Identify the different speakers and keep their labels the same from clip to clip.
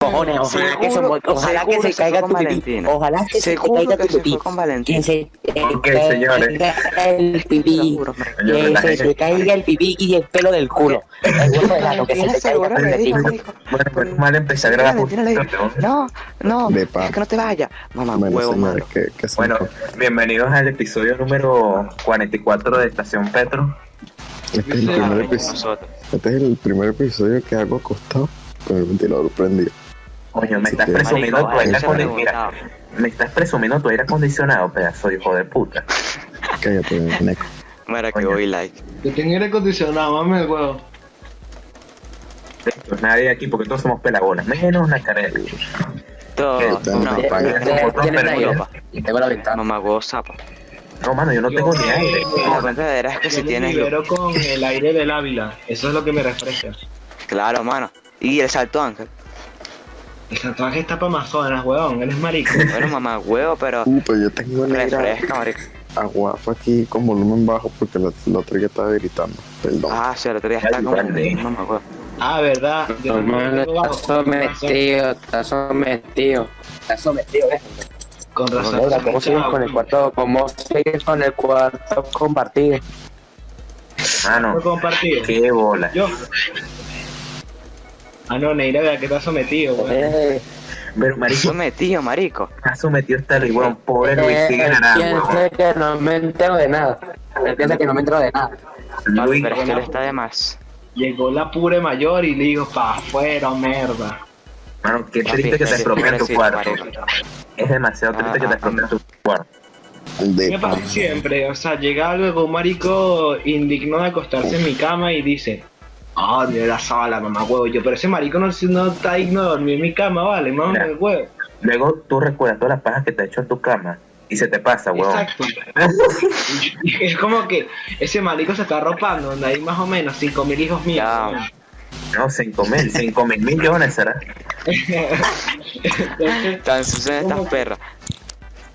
Speaker 1: cojones, ojalá que se muera, ojalá que se caiga tu pipí, ojalá que se caiga tu pipí, que se
Speaker 2: Ok,
Speaker 1: que se
Speaker 2: señores.
Speaker 1: caiga el pipí,
Speaker 2: Yo creo que
Speaker 1: que
Speaker 2: la
Speaker 1: se te
Speaker 2: gente-
Speaker 1: caiga el pipí y el pelo del culo, el huevo de gato, que se te
Speaker 3: ¿Tienes
Speaker 1: caiga
Speaker 3: seguro?
Speaker 1: tu
Speaker 3: Le
Speaker 1: pipí.
Speaker 3: dijo,
Speaker 2: pipí.
Speaker 3: le dijo.
Speaker 2: Bueno, bueno, mal empecé a grabar.
Speaker 3: Valentina le dijo, No, no,
Speaker 4: De pa.
Speaker 3: es que no te vayas. Mamá,
Speaker 4: Ah, Bueno,
Speaker 3: huevo,
Speaker 4: señores,
Speaker 3: mano.
Speaker 4: que, que son
Speaker 2: Bueno,
Speaker 4: cosas.
Speaker 2: bienvenidos al episodio número 44 de Estación Petro.
Speaker 4: este, es el primer episodio, este es el primer episodio que hago acostado con el ventilador prendido.
Speaker 2: Coño, me
Speaker 4: Sí,
Speaker 2: estás
Speaker 4: sí.
Speaker 2: presumiendo tu aire
Speaker 4: eso me
Speaker 2: acondicionado. Mira, me estás presumiendo tu aire acondicionado, pedazo de hijo de puta.
Speaker 4: Cállate, Neco.
Speaker 5: Mira que
Speaker 2: Coño.
Speaker 5: voy like.
Speaker 6: Yo tengo aire acondicionado, mami, el huevo.
Speaker 2: De hecho, Nadie aquí, porque todos somos pelabolas, menos la carrera.
Speaker 5: Todo.
Speaker 4: Está en
Speaker 1: Eh,
Speaker 5: No,
Speaker 4: campaña.
Speaker 5: mira,
Speaker 1: Ustedes
Speaker 2: Somos dos
Speaker 1: tienen
Speaker 2: perros,
Speaker 1: radio.
Speaker 2: papá.
Speaker 1: Y tengo la ventana.
Speaker 5: Mamá huevo zapa.
Speaker 2: No, mano, yo no tengo ni aire.
Speaker 5: La verdadera es que si
Speaker 6: Yo me
Speaker 5: tienes luz.
Speaker 6: libero con el aire del Ávila. Eso es lo que me refresca.
Speaker 5: Claro, mano. Y el salto ángel.
Speaker 6: El tatuaje está para Amazonas, huevón. Él es marico.
Speaker 5: Bueno, mamá huevo, pero
Speaker 4: Uh, pero yo tengo una ira
Speaker 5: refresca, marico.
Speaker 4: aguafa aquí con volumen bajo porque la, la otra que estaba gritando. Perdón.
Speaker 5: Ah, sí, el otro día está
Speaker 2: Ay,
Speaker 5: como.
Speaker 2: grande.
Speaker 5: Mamá huevo.
Speaker 6: Ah, ¿verdad? Yo
Speaker 7: No,
Speaker 6: también
Speaker 7: no,
Speaker 6: tengo bajo.
Speaker 7: está sometido, está sometido.
Speaker 1: Está sometido, ¿eh?
Speaker 6: Con razón.
Speaker 1: Ahora, ¿cómo sigues con el cuarto? ¿Cómo sigues con el cuarto compartido?
Speaker 2: Mano,
Speaker 6: Fue compartido.
Speaker 2: qué bola.
Speaker 6: Yo. Ah, no, Neira, ¿verdad que te has sometido, huevón?
Speaker 1: Eh,
Speaker 2: Pero marico,
Speaker 5: Eso metido, marico.
Speaker 2: me ha sometido este ribón, pobre Luis
Speaker 7: Eh,
Speaker 2: sigue
Speaker 7: él
Speaker 2: ganando.
Speaker 7: piensa que no me entero de nada. Él piensa que no me entero de nada.
Speaker 2: Luis,
Speaker 5: Pero es que él está de más.
Speaker 6: Llegó la pure mayor y le digo, pa' afuera, merda.
Speaker 2: mano, qué triste
Speaker 5: Papi,
Speaker 2: que te
Speaker 5: sí,
Speaker 2: expropien tu
Speaker 5: pobrecito,
Speaker 2: cuarto.
Speaker 5: marico.
Speaker 2: Es demasiado triste que te
Speaker 5: Ah,
Speaker 2: expropien tu cuarto.
Speaker 4: de
Speaker 6: Me pasa siempre, o sea, llega luego un marico indigno de acostarse en mi cama y dice, ah, de la sala, mamá huevo, yo, pero ese marico no, no está digno de dormir en mi cama, vale, mamá
Speaker 2: Mira.
Speaker 6: huevo.
Speaker 2: Luego tú recuerdas todas las pajas que te ha hecho en tu cama y se te pasa, huevón.
Speaker 6: Exacto. es como que ese marico se está arropando, donde hay más o menos 5.000 hijos míos.
Speaker 5: Ya.
Speaker 2: No, cinco mil, cinco mil millones será.
Speaker 6: Entonces,
Speaker 5: Tan sucias estas perras.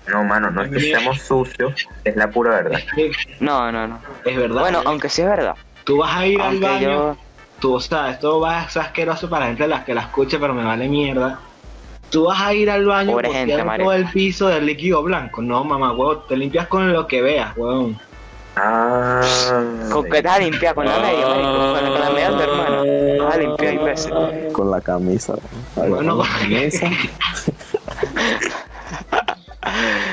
Speaker 2: No, mano, no es que seamos sucios, es la pura verdad.
Speaker 5: No, no, no.
Speaker 6: es verdad.
Speaker 5: Bueno,
Speaker 6: ¿vale?
Speaker 5: aunque sí es verdad.
Speaker 6: tú vas a ir al
Speaker 5: Aunque
Speaker 6: baño,
Speaker 5: yo.
Speaker 6: tú, o sea, esto va a ser asqueroso para la gente las que la escuche, pero me vale mierda. Tú vas a ir al baño
Speaker 5: Pobre
Speaker 6: boteando
Speaker 5: gente, marico.
Speaker 6: todo el piso del líquido blanco. No, mamá, huevo, te limpias con lo que veas, huevón.
Speaker 2: Ah.
Speaker 5: ¿Con qué te vas a limpiar? Con
Speaker 6: Ah.
Speaker 5: la media, marico. Con la- con la media de tu hermano. Te vas a limpiar y veces.
Speaker 4: con la camisa.
Speaker 6: Bueno,
Speaker 4: Agarrando la camisa.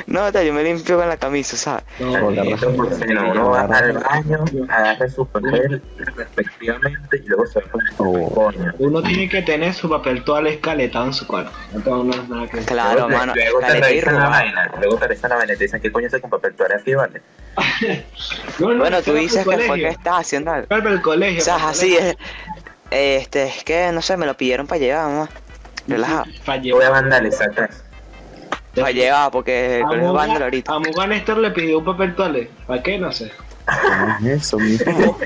Speaker 5: No, tal, yo me limpio con la camisa, ¿sabes?
Speaker 6: No,
Speaker 4: Con la
Speaker 2: Maldito
Speaker 4: razón.
Speaker 2: porcino, Uno va al baño, agarra su papel respectivamente y luego se va
Speaker 4: Oh.
Speaker 2: con coño.
Speaker 6: uno tiene que tener su papel todo escaletado en su cuarto. No tengo nada que decir.
Speaker 5: Claro,
Speaker 2: luego, te-
Speaker 5: mano.
Speaker 2: Luego te
Speaker 5: caleta y
Speaker 2: revisan la
Speaker 5: rumba.
Speaker 2: vaina, luego te revisan la vaina y te dicen, ¿qué coño haces con papel? Tú eres aquí, ¿vale?
Speaker 6: No, no,
Speaker 5: Bueno,
Speaker 6: eso
Speaker 5: tú
Speaker 6: era
Speaker 5: dices
Speaker 6: tu
Speaker 5: que fue que
Speaker 6: colegio.
Speaker 5: estás haciendo algo.
Speaker 6: Fue para el colegio.
Speaker 5: O sea,
Speaker 6: para el
Speaker 5: así
Speaker 6: colegio.
Speaker 5: es. Este, es que, no sé, me lo pidieron para llevar, mamá. Relajado.
Speaker 6: Fallé.
Speaker 2: Yo voy a vandalizar atrás.
Speaker 5: Para llevar, porque el
Speaker 6: A
Speaker 5: colegio es
Speaker 6: Muga-
Speaker 5: vándalo ahorita.
Speaker 6: A Muga Néstor le pidió un papel toalé. ¿Para qué? No sé.
Speaker 4: ¿Cómo es eso, mijo?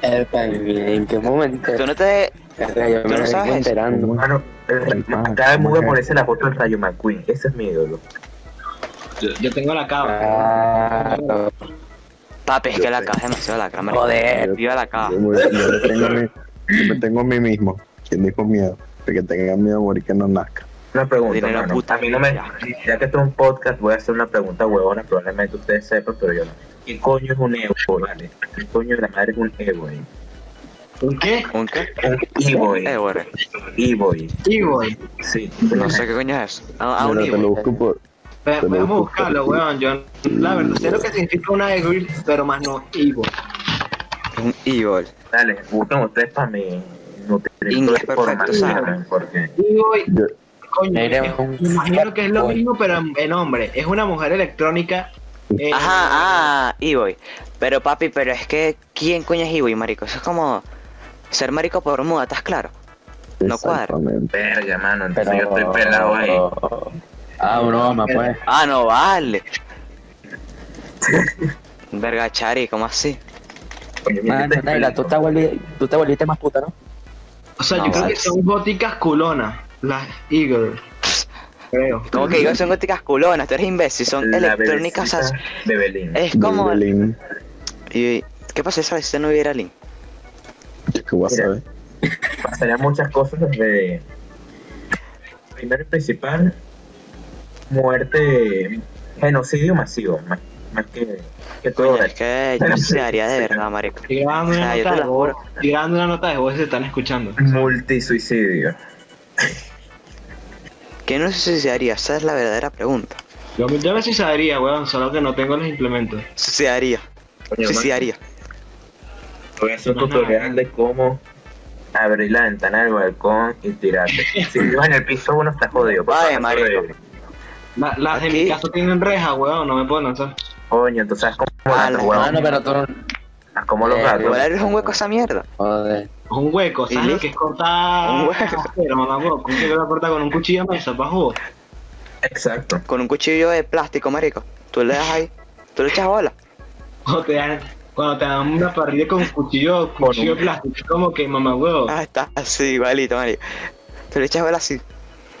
Speaker 7: Eh, ¿En qué momento?
Speaker 5: Tú no te...
Speaker 7: Verga, Yo
Speaker 5: tú
Speaker 7: me
Speaker 5: no
Speaker 7: estoy
Speaker 5: sabes.
Speaker 7: enterando.
Speaker 2: Mano, el-
Speaker 4: Ah,
Speaker 2: acaba de
Speaker 4: ok.
Speaker 2: mover por ese la foto del Rayo McQueen. Ese es mi ídolo.
Speaker 6: Yo, yo tengo la cava.
Speaker 7: Ah,
Speaker 5: Papi, es que la caja es demasiado la cámara.
Speaker 7: Joder.
Speaker 5: Eh, Viva la caja.
Speaker 4: Yo me, yo le tengo a mí, yo me tengo a mí mismo. ¿Quién dijo miedo? De que tenga miedo a morir que no nazca.
Speaker 2: Una pregunta,
Speaker 5: Dinero,
Speaker 2: mano.
Speaker 5: puta,
Speaker 2: a mí no me...
Speaker 5: ya.
Speaker 2: Ya que esto es un podcast, voy a hacer una pregunta huevona. Probablemente ustedes sepan, pero yo no. ¿Qué coño es un Evo, vale? ¿Qué coño de la madre es un Evoy?
Speaker 6: ¿Con qué?
Speaker 5: ¿Un qué?
Speaker 2: Un Evoy.
Speaker 5: Eh, bueno.
Speaker 2: Evoy.
Speaker 6: Sí, voy.
Speaker 2: Sí.
Speaker 5: No sé qué coño es eso. A, a un
Speaker 4: Mira, te lo
Speaker 5: hijo.
Speaker 4: busco por.
Speaker 6: Ve-
Speaker 4: Pero-
Speaker 6: Vamos a buscarlo, weón. Yo,
Speaker 7: Mm.
Speaker 6: la verdad, sé lo que significa una de grill, pero más no Ivo.
Speaker 5: Un evil.
Speaker 2: Dale, busquen ustedes para mi nutrición
Speaker 5: Inglés perfecto,
Speaker 2: información. Porque...
Speaker 6: Ivo,
Speaker 4: Yo,
Speaker 6: coño,
Speaker 7: Era
Speaker 6: es-
Speaker 7: un-
Speaker 6: me imagino que es lo
Speaker 7: Boy.
Speaker 6: mismo, pero en- en hombre. Es una mujer electrónica. eh,
Speaker 5: Ajá, ah, Evoy. Pero papi, pero es que, ¿quién coño es Evoy, marico? Eso es como ser marico por muda, ¿estás claro? No cuadra.
Speaker 4: exactamente.
Speaker 2: Verga, mano. Entonces
Speaker 7: pero...
Speaker 2: yo estoy pelado ahí.
Speaker 7: Ah, broma, pues.
Speaker 5: Ah, no, vale. Verga, Chari, ¿cómo así?
Speaker 2: Oye, mira,
Speaker 8: Ah,
Speaker 7: Mano,
Speaker 2: yo te
Speaker 7: Naila, tú
Speaker 2: explico.
Speaker 7: te, volvi- tú te volviste más puta, ¿no?
Speaker 6: O sea, yo
Speaker 7: No,
Speaker 6: creo
Speaker 7: vale.
Speaker 6: que son góticas culonas. Las Eagle. Creo.
Speaker 5: Como que digo, son góticas culonas, tú eres imbécil, son
Speaker 2: La
Speaker 5: electrónicas. o sea,
Speaker 2: bebecita de Belín.
Speaker 5: es como.
Speaker 4: Belín,
Speaker 5: Y- ¿Qué pasa si este no hubiera link?
Speaker 4: yo ¿Qué voy a
Speaker 2: Mira.
Speaker 4: saber?
Speaker 2: Pasarían muchas cosas de primero y principal, muerte, genocidio masivo, más, más que, que todo.
Speaker 5: Coño, es que yo se daría de verdad, marico.
Speaker 6: Llegando
Speaker 5: O
Speaker 6: una
Speaker 5: sea, Ah, yo
Speaker 6: nota
Speaker 5: te
Speaker 6: de
Speaker 5: la
Speaker 6: voz,
Speaker 5: juro.
Speaker 6: llegando una nota de voz se están escuchando.
Speaker 2: Multisuicidio.
Speaker 5: ¿Quién no se suicidaría? Esa es la verdadera pregunta.
Speaker 6: Yo me, yo me suicidaría, weón, solo que no tengo los implementos.
Speaker 5: Suicidaría.
Speaker 2: Coño,
Speaker 5: Suicidaría.
Speaker 2: Voy a hacer un
Speaker 6: Más
Speaker 2: tutorial
Speaker 6: nada.
Speaker 2: de cómo abrir la ventana del balcón y tirarte. si vives en el piso uno está jodido. papá,
Speaker 5: Vale,
Speaker 2: no
Speaker 5: marico.
Speaker 2: sobrevives.
Speaker 6: La- las de mi
Speaker 5: Aquí.
Speaker 6: casa tienen reja, weón, no me puedo lanzar.
Speaker 2: Coño, entonces sabes cómo los
Speaker 5: Ah,
Speaker 2: gatos,
Speaker 5: la
Speaker 2: huevón.
Speaker 8: Mano, pero tú no.
Speaker 2: Haz como los
Speaker 8: Eh,
Speaker 2: gatos.
Speaker 5: Igual eres un hueco a esa mierda.
Speaker 8: Joder.
Speaker 6: Un hueco, ¿sabes
Speaker 5: ¿Y
Speaker 6: lo
Speaker 5: listo?
Speaker 6: que es cortar?
Speaker 5: Un hueco.
Speaker 6: Pero mamá, weón, ¿con qué lo corta con un cuchillo de mesa, pa' jugo?
Speaker 2: Exacto.
Speaker 5: Con un cuchillo de plástico, marico. Tú le das ahí. Tú le echas bola.
Speaker 6: Cuando te dan, cuando te dan una parrilla con cuchillo, cuchillo de plástico, es como que mamá,
Speaker 2: Oh.
Speaker 6: weón,
Speaker 5: Ah, está así, igualito, marico. Tú le echas bola así.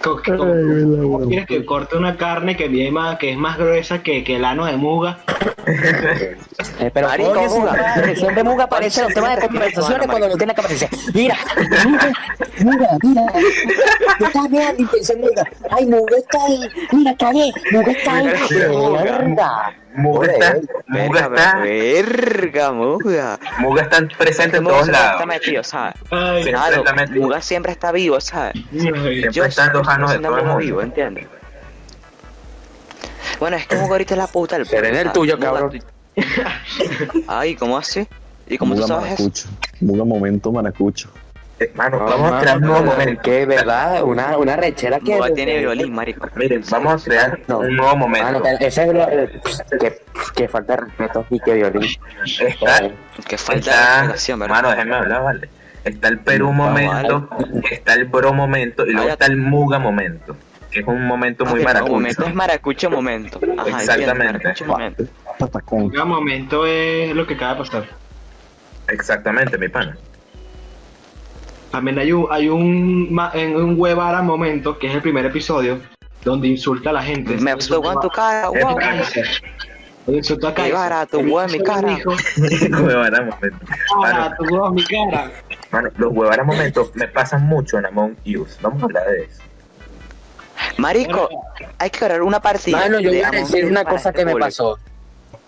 Speaker 6: co- co- ¿cómo quieres que corte una carne que viene más, que es más gruesa que, que el ano de muga?
Speaker 8: Eh, pero
Speaker 5: Marico,
Speaker 8: coño, su
Speaker 5: Muga.
Speaker 8: madre, siempre Muga aparece en los temas de conversaciones cuando no tiene la cámara y dice, mira, Muga, Muga, mira, tú estás viendo y pensé Muga, ay, Muga está ahí, mira, cagué, Muga está ahí,
Speaker 2: Mira, Muga.
Speaker 8: mierda.
Speaker 2: Muga está, Muga
Speaker 5: Verga, Este
Speaker 2: está,
Speaker 5: verga, muga.
Speaker 2: Muga está presente en
Speaker 5: Muga
Speaker 2: todos
Speaker 5: siempre está
Speaker 2: lados.
Speaker 5: metido, ¿sabes?
Speaker 6: Ay,
Speaker 2: Siempre
Speaker 5: Claro,
Speaker 2: está metido.
Speaker 5: Muga siempre está vivo, ¿sabes?
Speaker 6: ay,
Speaker 2: Siempre están los
Speaker 5: siempre
Speaker 2: anos de
Speaker 5: estoy
Speaker 2: todo el
Speaker 5: siendo
Speaker 2: mundo.
Speaker 5: vivo, ¿entiendes? Bueno, es que Muga ahorita es la puta del
Speaker 8: Pero en el
Speaker 5: ¿sabes?
Speaker 8: tuyo,
Speaker 5: Muga,
Speaker 8: cabrón.
Speaker 5: tú- Ay, ¿cómo así? ¿Y cómo tú
Speaker 4: Muga
Speaker 5: sabes eso?
Speaker 4: maracucho. Muga momento maracucho.
Speaker 2: Eh, Mano,
Speaker 8: No,
Speaker 2: vamos a crear
Speaker 8: mano,
Speaker 2: nuevos
Speaker 8: pero
Speaker 2: momentos.
Speaker 8: Que verdad, una, una rechera que. Ah,
Speaker 5: Muga tiene violín, marico.
Speaker 2: Miren, vamos a crear
Speaker 8: No.
Speaker 2: un
Speaker 5: Ah,
Speaker 2: nuevo
Speaker 8: Mano,
Speaker 2: momento.
Speaker 8: pero ese es lo. Que, que falta de respeto y que violín.
Speaker 5: Ah,
Speaker 2: Está,
Speaker 5: Que falta de
Speaker 2: está,
Speaker 5: explicación, ¿verdad?
Speaker 2: mano, déjenme hablar, vale. Está el Perú momento, está el Bro momento y luego
Speaker 5: Cállate.
Speaker 2: está el Muga momento, que es un momento muy
Speaker 5: Ok,
Speaker 2: maracucho.
Speaker 5: Momento es maracucho momento. Ajá, entiendo,
Speaker 2: Exactamente.
Speaker 5: maracucho momento.
Speaker 4: Patacón.
Speaker 6: cada momento es lo que acaba de pasar.
Speaker 2: Exactamente, mi pana.
Speaker 6: También hay un, hay un, ma- en un huevara momento, que es el primer episodio, donde insulta a la gente.
Speaker 5: Me abstuvo en tu
Speaker 6: este,
Speaker 5: cara,
Speaker 2: Es
Speaker 5: guau.
Speaker 6: Kaiser. Donde insulta a
Speaker 5: Qué
Speaker 6: Kaiser.
Speaker 5: barato,
Speaker 6: El
Speaker 5: huevo, mi
Speaker 6: episodio
Speaker 5: cara.
Speaker 6: dijo,
Speaker 2: Huevara momento. Mano,
Speaker 6: Barato, huevo, Ah, mi cara.
Speaker 2: mano, los huevaras momentos me pasan mucho en Among Us. Vamos a hablar de eso.
Speaker 5: Marico, hay que crear una partida.
Speaker 8: Mano, Ah, yo
Speaker 5: de
Speaker 8: voy a
Speaker 5: Among
Speaker 8: decir
Speaker 5: Us
Speaker 8: una
Speaker 5: para
Speaker 8: cosa
Speaker 5: este
Speaker 8: que me
Speaker 5: público.
Speaker 8: pasó.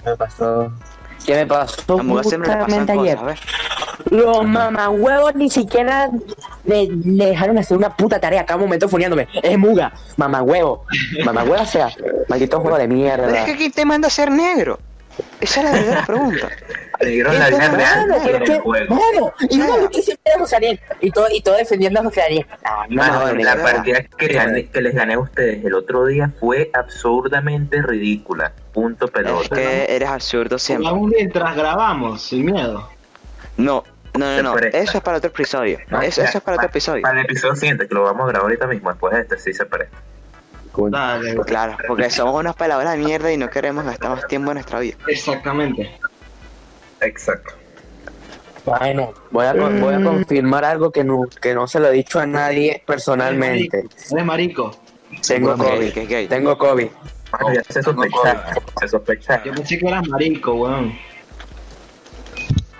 Speaker 8: Me pasó. Que me pasó
Speaker 5: A Muga siempre le pasan
Speaker 8: justamente ayer.
Speaker 5: cosas, ¿ves?
Speaker 8: Los mamahuevos ni siquiera le, le dejaron hacer una puta tarea cada momento funiándome. Es muga, mamahuevo. Mamahuevo sea, maldito juego de
Speaker 5: Pero es
Speaker 8: mierda.
Speaker 5: que ¿quién te manda a ser negro? Esa es la verdadera pregunta.
Speaker 2: Le dieron la
Speaker 8: Esto,
Speaker 2: vida real
Speaker 8: mano, pero
Speaker 2: en el
Speaker 8: que-
Speaker 2: juego.
Speaker 8: mano, y no lo que siempre a José Ariel. Y todo, y todo defendiendo a José Ariel. Ah, no,
Speaker 2: Mano,
Speaker 8: mames,
Speaker 2: la
Speaker 5: no,
Speaker 2: partida que, gané- que les gané a ustedes el otro día fue absurdamente ridícula. Punto
Speaker 5: Es
Speaker 2: pelota.
Speaker 5: que eres absurdo siempre.
Speaker 6: Jugamos mientras grabamos, sin miedo.
Speaker 5: No, no, no, no.
Speaker 2: Te presta.
Speaker 5: Eso es para otro episodio.
Speaker 2: No,
Speaker 5: Eso,
Speaker 2: ya,
Speaker 5: eso es para otro episodio.
Speaker 2: Para el episodio siguiente, que lo vamos a grabar ahorita mismo, después de este, sí se presta.
Speaker 4: Coño.
Speaker 6: Dale, güey.
Speaker 5: Claro, porque somos unas palabras de mierda y no queremos gastar más tiempo en nuestra vida.
Speaker 6: Exactamente.
Speaker 2: Exacto.
Speaker 8: Bueno, voy a, con- voy a confirmar algo que no, que no se lo he dicho a nadie personalmente.
Speaker 6: Eres marico.
Speaker 8: Tengo
Speaker 5: Seguramente
Speaker 8: COVID.
Speaker 5: que es gay.
Speaker 8: Tengo COVID.
Speaker 2: Mano, ya se sospechaba. Se sospechaba.
Speaker 6: Yo pensé que eras marico, weón.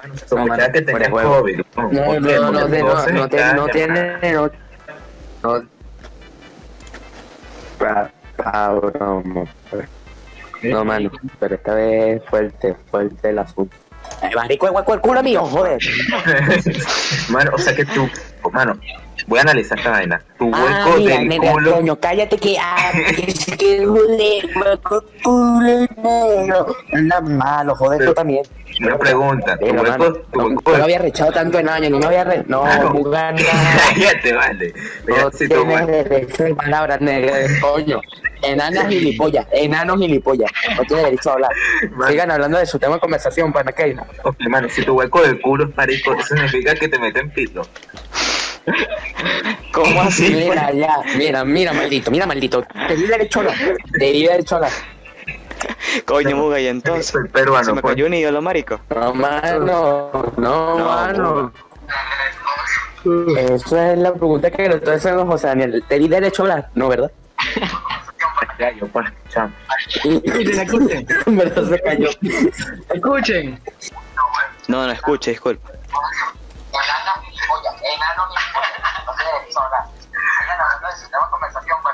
Speaker 2: Mano, se sospechaba
Speaker 8: Fuera
Speaker 2: que tenías
Speaker 8: de juego.
Speaker 2: COVID. ¿no?
Speaker 8: No,
Speaker 2: ¿Por qué?
Speaker 8: no, no,
Speaker 2: Porque
Speaker 8: no, no,
Speaker 2: entonces
Speaker 8: no, te-
Speaker 2: cada
Speaker 8: no
Speaker 2: semana-
Speaker 8: tiene. No, no, Pa- cabrón,
Speaker 6: Eres
Speaker 8: no, mano,
Speaker 6: marico.
Speaker 8: pero esta vez fuerte, fuerte el asunto. Ay, marico, el hueco el culo mío, joder.
Speaker 2: Mano, o sea que tú, mano, voy a analizar esta vaina. Tu hueco
Speaker 8: Ah, mira,
Speaker 2: del
Speaker 8: nega,
Speaker 2: culo.
Speaker 8: coño, cállate que. Ah, que se quedó el hueco culo negro. Anda malo, joder, tú también.
Speaker 2: Una pregunta, tu
Speaker 8: Mira,
Speaker 2: hueco,
Speaker 8: mano,
Speaker 2: tu
Speaker 8: no,
Speaker 2: hueco.
Speaker 8: no me había rechado tanto en años, no me había re... Ah, No,
Speaker 2: Mano.
Speaker 8: Buganda.
Speaker 2: Cállate, vale. Mira,
Speaker 8: No
Speaker 2: si tu
Speaker 8: tienes
Speaker 2: hueco-
Speaker 8: derecho de palabras, negro, coño. Enanas gilipollas, enanos gilipollas. No tiene derecho a hablar.
Speaker 2: Mano.
Speaker 8: Sigan hablando de su tema de conversación, para que
Speaker 2: Ok, mano, si tu hueco del culo es parico, eso significa que te meten pito.
Speaker 5: ¿Cómo así?
Speaker 8: Mira ya, mira, mira, maldito, mira, maldito. Te di derecho a hablar. Te di derecho a hablar.
Speaker 5: Coño, Muga, y entonces.
Speaker 2: Soy peruano,
Speaker 5: Se me
Speaker 2: pues.
Speaker 5: cayó un ídolo, marico.
Speaker 8: No, mano, no,
Speaker 5: No,
Speaker 8: mano. Eso es la pregunta que le estoy haciendo José Daniel. Te di derecho a hablar, ¿no, verdad?
Speaker 2: Ya, yo, pa, chao.
Speaker 6: Escuchen, escuchen.
Speaker 8: Pero se cayó.
Speaker 6: Escuchen.
Speaker 5: No, no escuche, disculpa.
Speaker 9: enano ni polla, enano ni polla, no sé, sola. Enano, no necesitamos conversación, pues.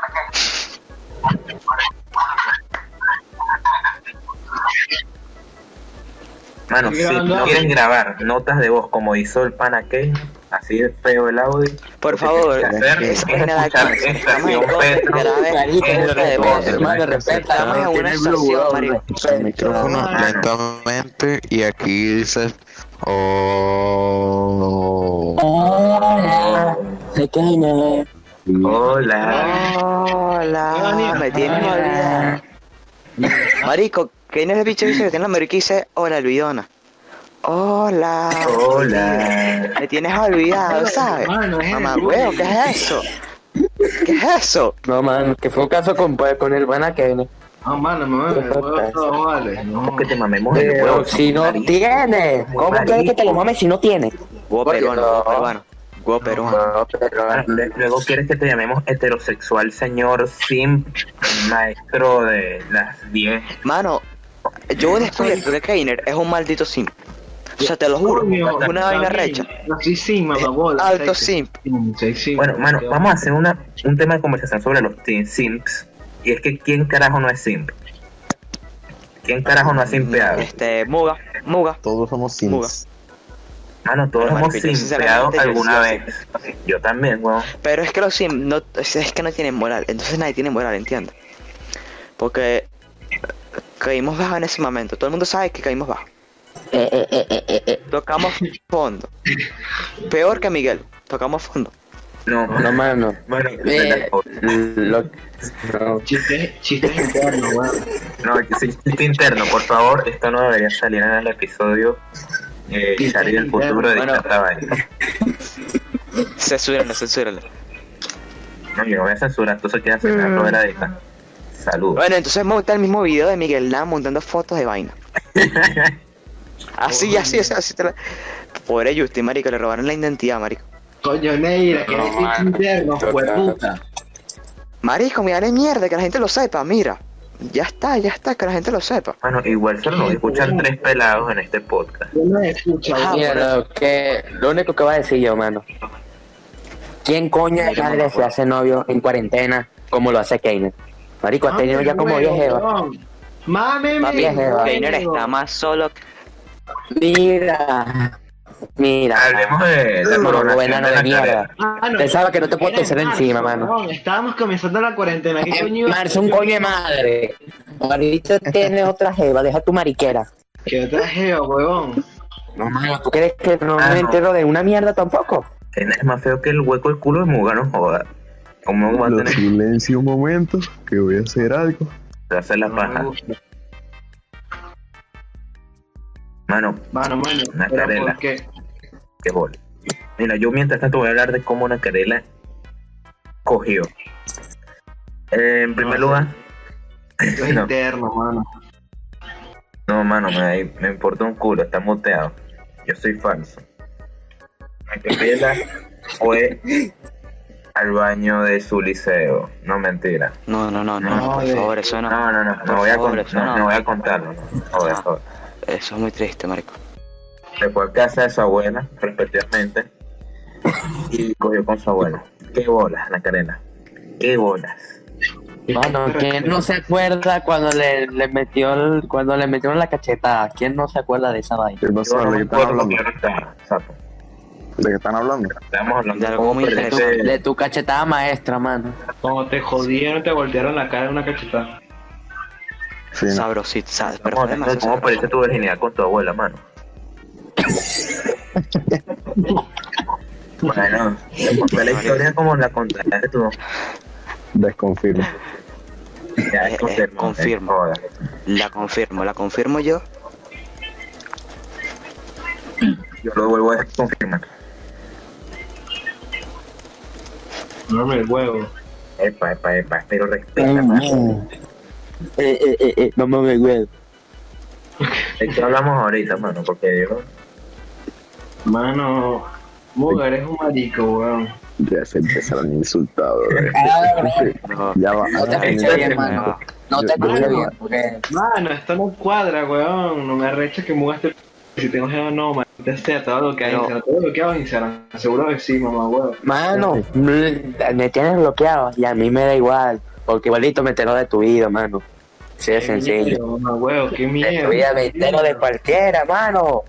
Speaker 2: Mano, si
Speaker 6: grabando
Speaker 2: no
Speaker 6: audio.
Speaker 2: quieren grabar notas de voz como hizo el pana Kane, así de feo el audio.
Speaker 5: Por
Speaker 2: lo que
Speaker 5: favor,
Speaker 2: tienen que hacer es
Speaker 5: no hay nada que
Speaker 2: escuchar
Speaker 5: hacer. Estamos
Speaker 2: estación
Speaker 5: en
Speaker 2: Petro,
Speaker 5: contra de grabar
Speaker 2: Petro,
Speaker 5: notas de
Speaker 2: Petro,
Speaker 5: voz,
Speaker 2: Petro,
Speaker 7: hermano, respeta.
Speaker 5: Estamos en una estación, marico.
Speaker 4: El micrófono
Speaker 6: Ah.
Speaker 4: lentamente y aquí dices. Oh.
Speaker 7: Hola, pequeño.
Speaker 2: Hola.
Speaker 5: Hola, me tienen olvidado.
Speaker 7: Hola.
Speaker 5: Marico, ¿qué no es el bicho que dice que tiene la marica y dice hola, Luidona? Hola.
Speaker 2: Hola.
Speaker 5: Me tienes olvidado, ¿sabes?
Speaker 6: Mano, es
Speaker 5: Mamá,
Speaker 6: el
Speaker 5: huevo,
Speaker 6: bullying.
Speaker 5: ¿qué es eso? ¿Qué es eso?
Speaker 8: No, man, que fue un caso con, con el pana que viene.
Speaker 6: Ah, mano, mano, el huevo no vale. No.
Speaker 2: ¿Cómo que te mamemos el huevo?
Speaker 8: Pero si no
Speaker 2: marico?
Speaker 8: tiene.
Speaker 7: ¿Cómo quieres que te lo mames si no tienes?
Speaker 5: Huevo
Speaker 8: Oye,
Speaker 5: peruano,
Speaker 8: no.
Speaker 5: huevo peruano. Huevo peruano.
Speaker 8: No, pero
Speaker 2: Ah, le- Luego quieres que te llamemos heterosexual señor simp, maestro de las 10.
Speaker 5: Mano, yo he descubierto que Keiner es un maldito simp. O sea, te lo juro,
Speaker 6: Coño,
Speaker 5: una vaina
Speaker 6: está bien.
Speaker 5: recha. Eh,
Speaker 6: No, sí, sí, mamá, bola.
Speaker 5: Alto
Speaker 6: sí,
Speaker 5: simp.
Speaker 6: sí, sí, sí.
Speaker 2: Bueno, mano, vamos a hacer una, un tema de conversación sobre los teen simps. Y es que, ¿quién carajo no es simp? ¿Quién carajo no ha simpeado?
Speaker 5: Este, Muga, Muga.
Speaker 4: Todos somos
Speaker 5: Muga.
Speaker 4: sims.
Speaker 2: Mano, todos
Speaker 5: Bueno,
Speaker 2: hemos
Speaker 5: marico, yo
Speaker 2: simpeado
Speaker 5: sinceramente yo
Speaker 2: alguna
Speaker 5: sí lo
Speaker 2: vez. Yo también, weón.
Speaker 5: Pero es que los sim no, es es que no tienen moral, entonces nadie tiene moral, ¿entiendes? Porque eh, caímos bajo en ese momento, todo el mundo sabe que caímos bajo.
Speaker 7: Eh, eh, eh, eh, eh, eh.
Speaker 5: Tocamos fondo. Peor que Miguel, tocamos fondo.
Speaker 2: No,
Speaker 8: No, mano.
Speaker 2: Bueno,
Speaker 8: Eh, lo, no.
Speaker 6: Chistes, chistes internos, weón.
Speaker 2: no, es un chiste interno, por favor. Esto no debería salir en el episodio. Eh,
Speaker 6: Chiste
Speaker 2: salir el futuro de
Speaker 5: interno.
Speaker 2: esta vaina.
Speaker 5: Censúrenlo, censúrenlo.
Speaker 2: No, yo no voy a censurar, tú se queda censurando de la deja. Saludos.
Speaker 5: Bueno, entonces monta el mismo video de Miguel Lam montando fotos de vaina. Así, así, así, así te la... Pobre Justin, marico, le robaron la identidad, marico.
Speaker 6: Coño, Neira, que
Speaker 8: No,
Speaker 6: eres chiste
Speaker 8: mano,
Speaker 6: interno,
Speaker 8: total.
Speaker 6: puta.
Speaker 5: Marico, me vale mierda, que la gente lo sepa, mira. Ya está, ya está, que la gente lo sepa.
Speaker 2: Bueno, igual solo nos escuchan tres pelados en este podcast.
Speaker 6: Yo no escucho,
Speaker 5: Ah,
Speaker 8: Mira, lo, que, lo único que va a decir yo, mano. ¿Quién coño de madre se hace novio en cuarentena como lo hace Kane? Marico, ha tenido ya como 10 Eva.
Speaker 6: Mame,
Speaker 5: Papi,
Speaker 8: Bien, Eva.
Speaker 5: Keiner está más solo que...
Speaker 8: Mira, mira.
Speaker 2: Hablemos de la
Speaker 8: Mano,
Speaker 2: coronación
Speaker 8: Venano
Speaker 2: de
Speaker 8: de
Speaker 2: la
Speaker 8: mierda.
Speaker 2: carrera.
Speaker 6: Ah,
Speaker 8: Pensaba que no te puedo pensar encima, mano.
Speaker 6: Estábamos comenzando la cuarentena. ¿Qué coño? iba a
Speaker 8: Marzo, Eh, un
Speaker 6: hacer?
Speaker 8: coño de madre. Ahorita tienes otra jeva, deja tu mariquera.
Speaker 6: ¿Qué otra jeva, huevón?
Speaker 8: No, mano, ¿tú crees que no
Speaker 2: Ah, no.
Speaker 8: me entero de una mierda tampoco?
Speaker 2: Que nada Es más feo que el hueco del culo de Muga, no joda. ¿Cómo va a
Speaker 4: Lo
Speaker 2: tener que
Speaker 4: silencio un momento, que voy a hacer algo.
Speaker 2: hacer la
Speaker 6: No
Speaker 2: paja?
Speaker 6: me gusta.
Speaker 2: Mano,
Speaker 6: Mano, bueno,
Speaker 2: Una
Speaker 6: pero
Speaker 2: carela.
Speaker 6: ¿por qué?
Speaker 2: qué bola. Mira, yo mientras tanto voy a hablar de cómo Nacarela cogió. Eh, en primer
Speaker 6: No,
Speaker 2: lugar,
Speaker 6: Esto es
Speaker 2: No.
Speaker 6: interno, mano.
Speaker 2: no, mano, me, me importa un culo, está muteado. Yo soy falso. Nacarela fue al baño de su liceo. No, mentira.
Speaker 5: No, no, no, no,
Speaker 2: No,
Speaker 5: por
Speaker 6: de-
Speaker 5: favor, eso no.
Speaker 2: No, no, no, no voy a,
Speaker 5: Por
Speaker 2: con-
Speaker 5: favor,
Speaker 2: no,
Speaker 5: no.
Speaker 2: no voy a contarlo. No, no, joder,
Speaker 5: Ah.
Speaker 2: joder.
Speaker 5: Eso es muy triste, marico.
Speaker 2: Se fue a casa de su abuela, respectivamente, y cogió con su abuela. Qué bolas, Nacarena. Qué bolas.
Speaker 6: Este
Speaker 8: Mano, ¿quién no se acuerda cuando le, le metió el- cuando le metieron la cachetada? ¿Quién no se acuerda de esa vaina?
Speaker 4: ¿Qué pasa?
Speaker 2: Yo no
Speaker 4: ¿De qué
Speaker 2: me
Speaker 4: están
Speaker 2: acuerdo
Speaker 4: hablando?
Speaker 2: porque yo no estaba, sapo.
Speaker 4: ¿De qué están hablando?
Speaker 2: Estábamos hablando
Speaker 5: De algo
Speaker 2: como
Speaker 5: muy
Speaker 2: perrete.
Speaker 5: interesante.
Speaker 8: De tu cachetada maestra, mano.
Speaker 6: Como te jodieron, te voltearon la cara de una cachetada.
Speaker 4: Sí, no.
Speaker 5: Sabrosito, ¿sabes? Pero
Speaker 2: Estábamos
Speaker 5: fue
Speaker 2: hablando de
Speaker 5: demasiado
Speaker 2: cómo
Speaker 5: sabroso.
Speaker 2: perdiste tu virginidad con tu abuela, mano. bueno, te conté la historia como la contaste tú.
Speaker 4: Desconfirmo.
Speaker 2: Ya,
Speaker 5: Eh, eh,
Speaker 2: confirmo.
Speaker 5: confirmo.
Speaker 2: Joder.
Speaker 5: La confirmo, la confirmo yo.
Speaker 2: Yo lo vuelvo a confirmar.
Speaker 6: No me huevo.
Speaker 2: Epa, epa, epa, pero respeta, mano.
Speaker 8: Eh, eh, eh, eh, no mames, güey.
Speaker 2: ¿De qué hablamos ahorita, mano? Porque yo...
Speaker 6: Mano, Muga, eres un marico, weón.
Speaker 4: Ya se empezaron insultados. güey.
Speaker 5: No,
Speaker 4: Ya va.
Speaker 8: No te
Speaker 5: Ah,
Speaker 8: escuché bien, mano. No te escuché bien, porque...
Speaker 6: Mano, esto Ah, no cuadra, weón. No me arrecha que muevas este... Si tengo geo no, man. Te sea todo lo que hay
Speaker 5: Pero-
Speaker 6: Instagram. Todo lo que hago en Instagram. Seguro que sí, mamá, weón.
Speaker 8: Mano, me tienes bloqueado y a mí me da igual, porque igualito me entero de tu vida, mano. Sí, es sencillo.
Speaker 6: Miedo, mamá, huevo, qué miedo.
Speaker 8: Voy a me entero de cualquiera, mano.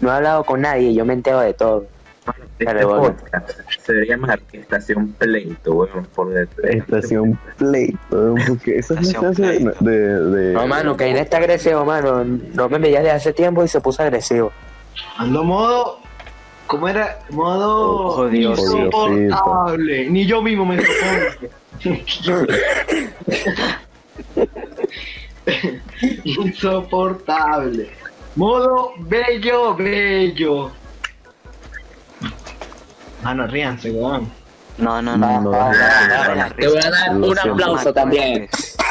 Speaker 8: No he hablado con nadie, yo me entero de todo.
Speaker 2: Este
Speaker 8: Pero bueno.
Speaker 2: podcast se debería llamar Estación Pleito, weón, por detrás.
Speaker 4: Estación Play. weón, Porque esa es la
Speaker 5: Estación
Speaker 4: frase de, de-
Speaker 8: No, mano, Caín está agresivo, mano. No me veía desde hace tiempo y se puso agresivo.
Speaker 6: Ando modo. ¿Cómo era? Modo.
Speaker 5: Jodido,
Speaker 6: insoportable. Ni yo mismo me soporto. insoportable. Modo bello, bello. Ah, no, ríanse, weón.
Speaker 5: No, no, no.
Speaker 4: No, Mm, no,
Speaker 5: Ah,
Speaker 4: no,
Speaker 5: ah,
Speaker 4: no,
Speaker 5: la
Speaker 4: no.
Speaker 7: Te
Speaker 5: risa.
Speaker 7: voy a dar
Speaker 4: Lo
Speaker 7: un
Speaker 4: siento.
Speaker 7: aplauso
Speaker 5: Mató
Speaker 7: también.
Speaker 5: de risa.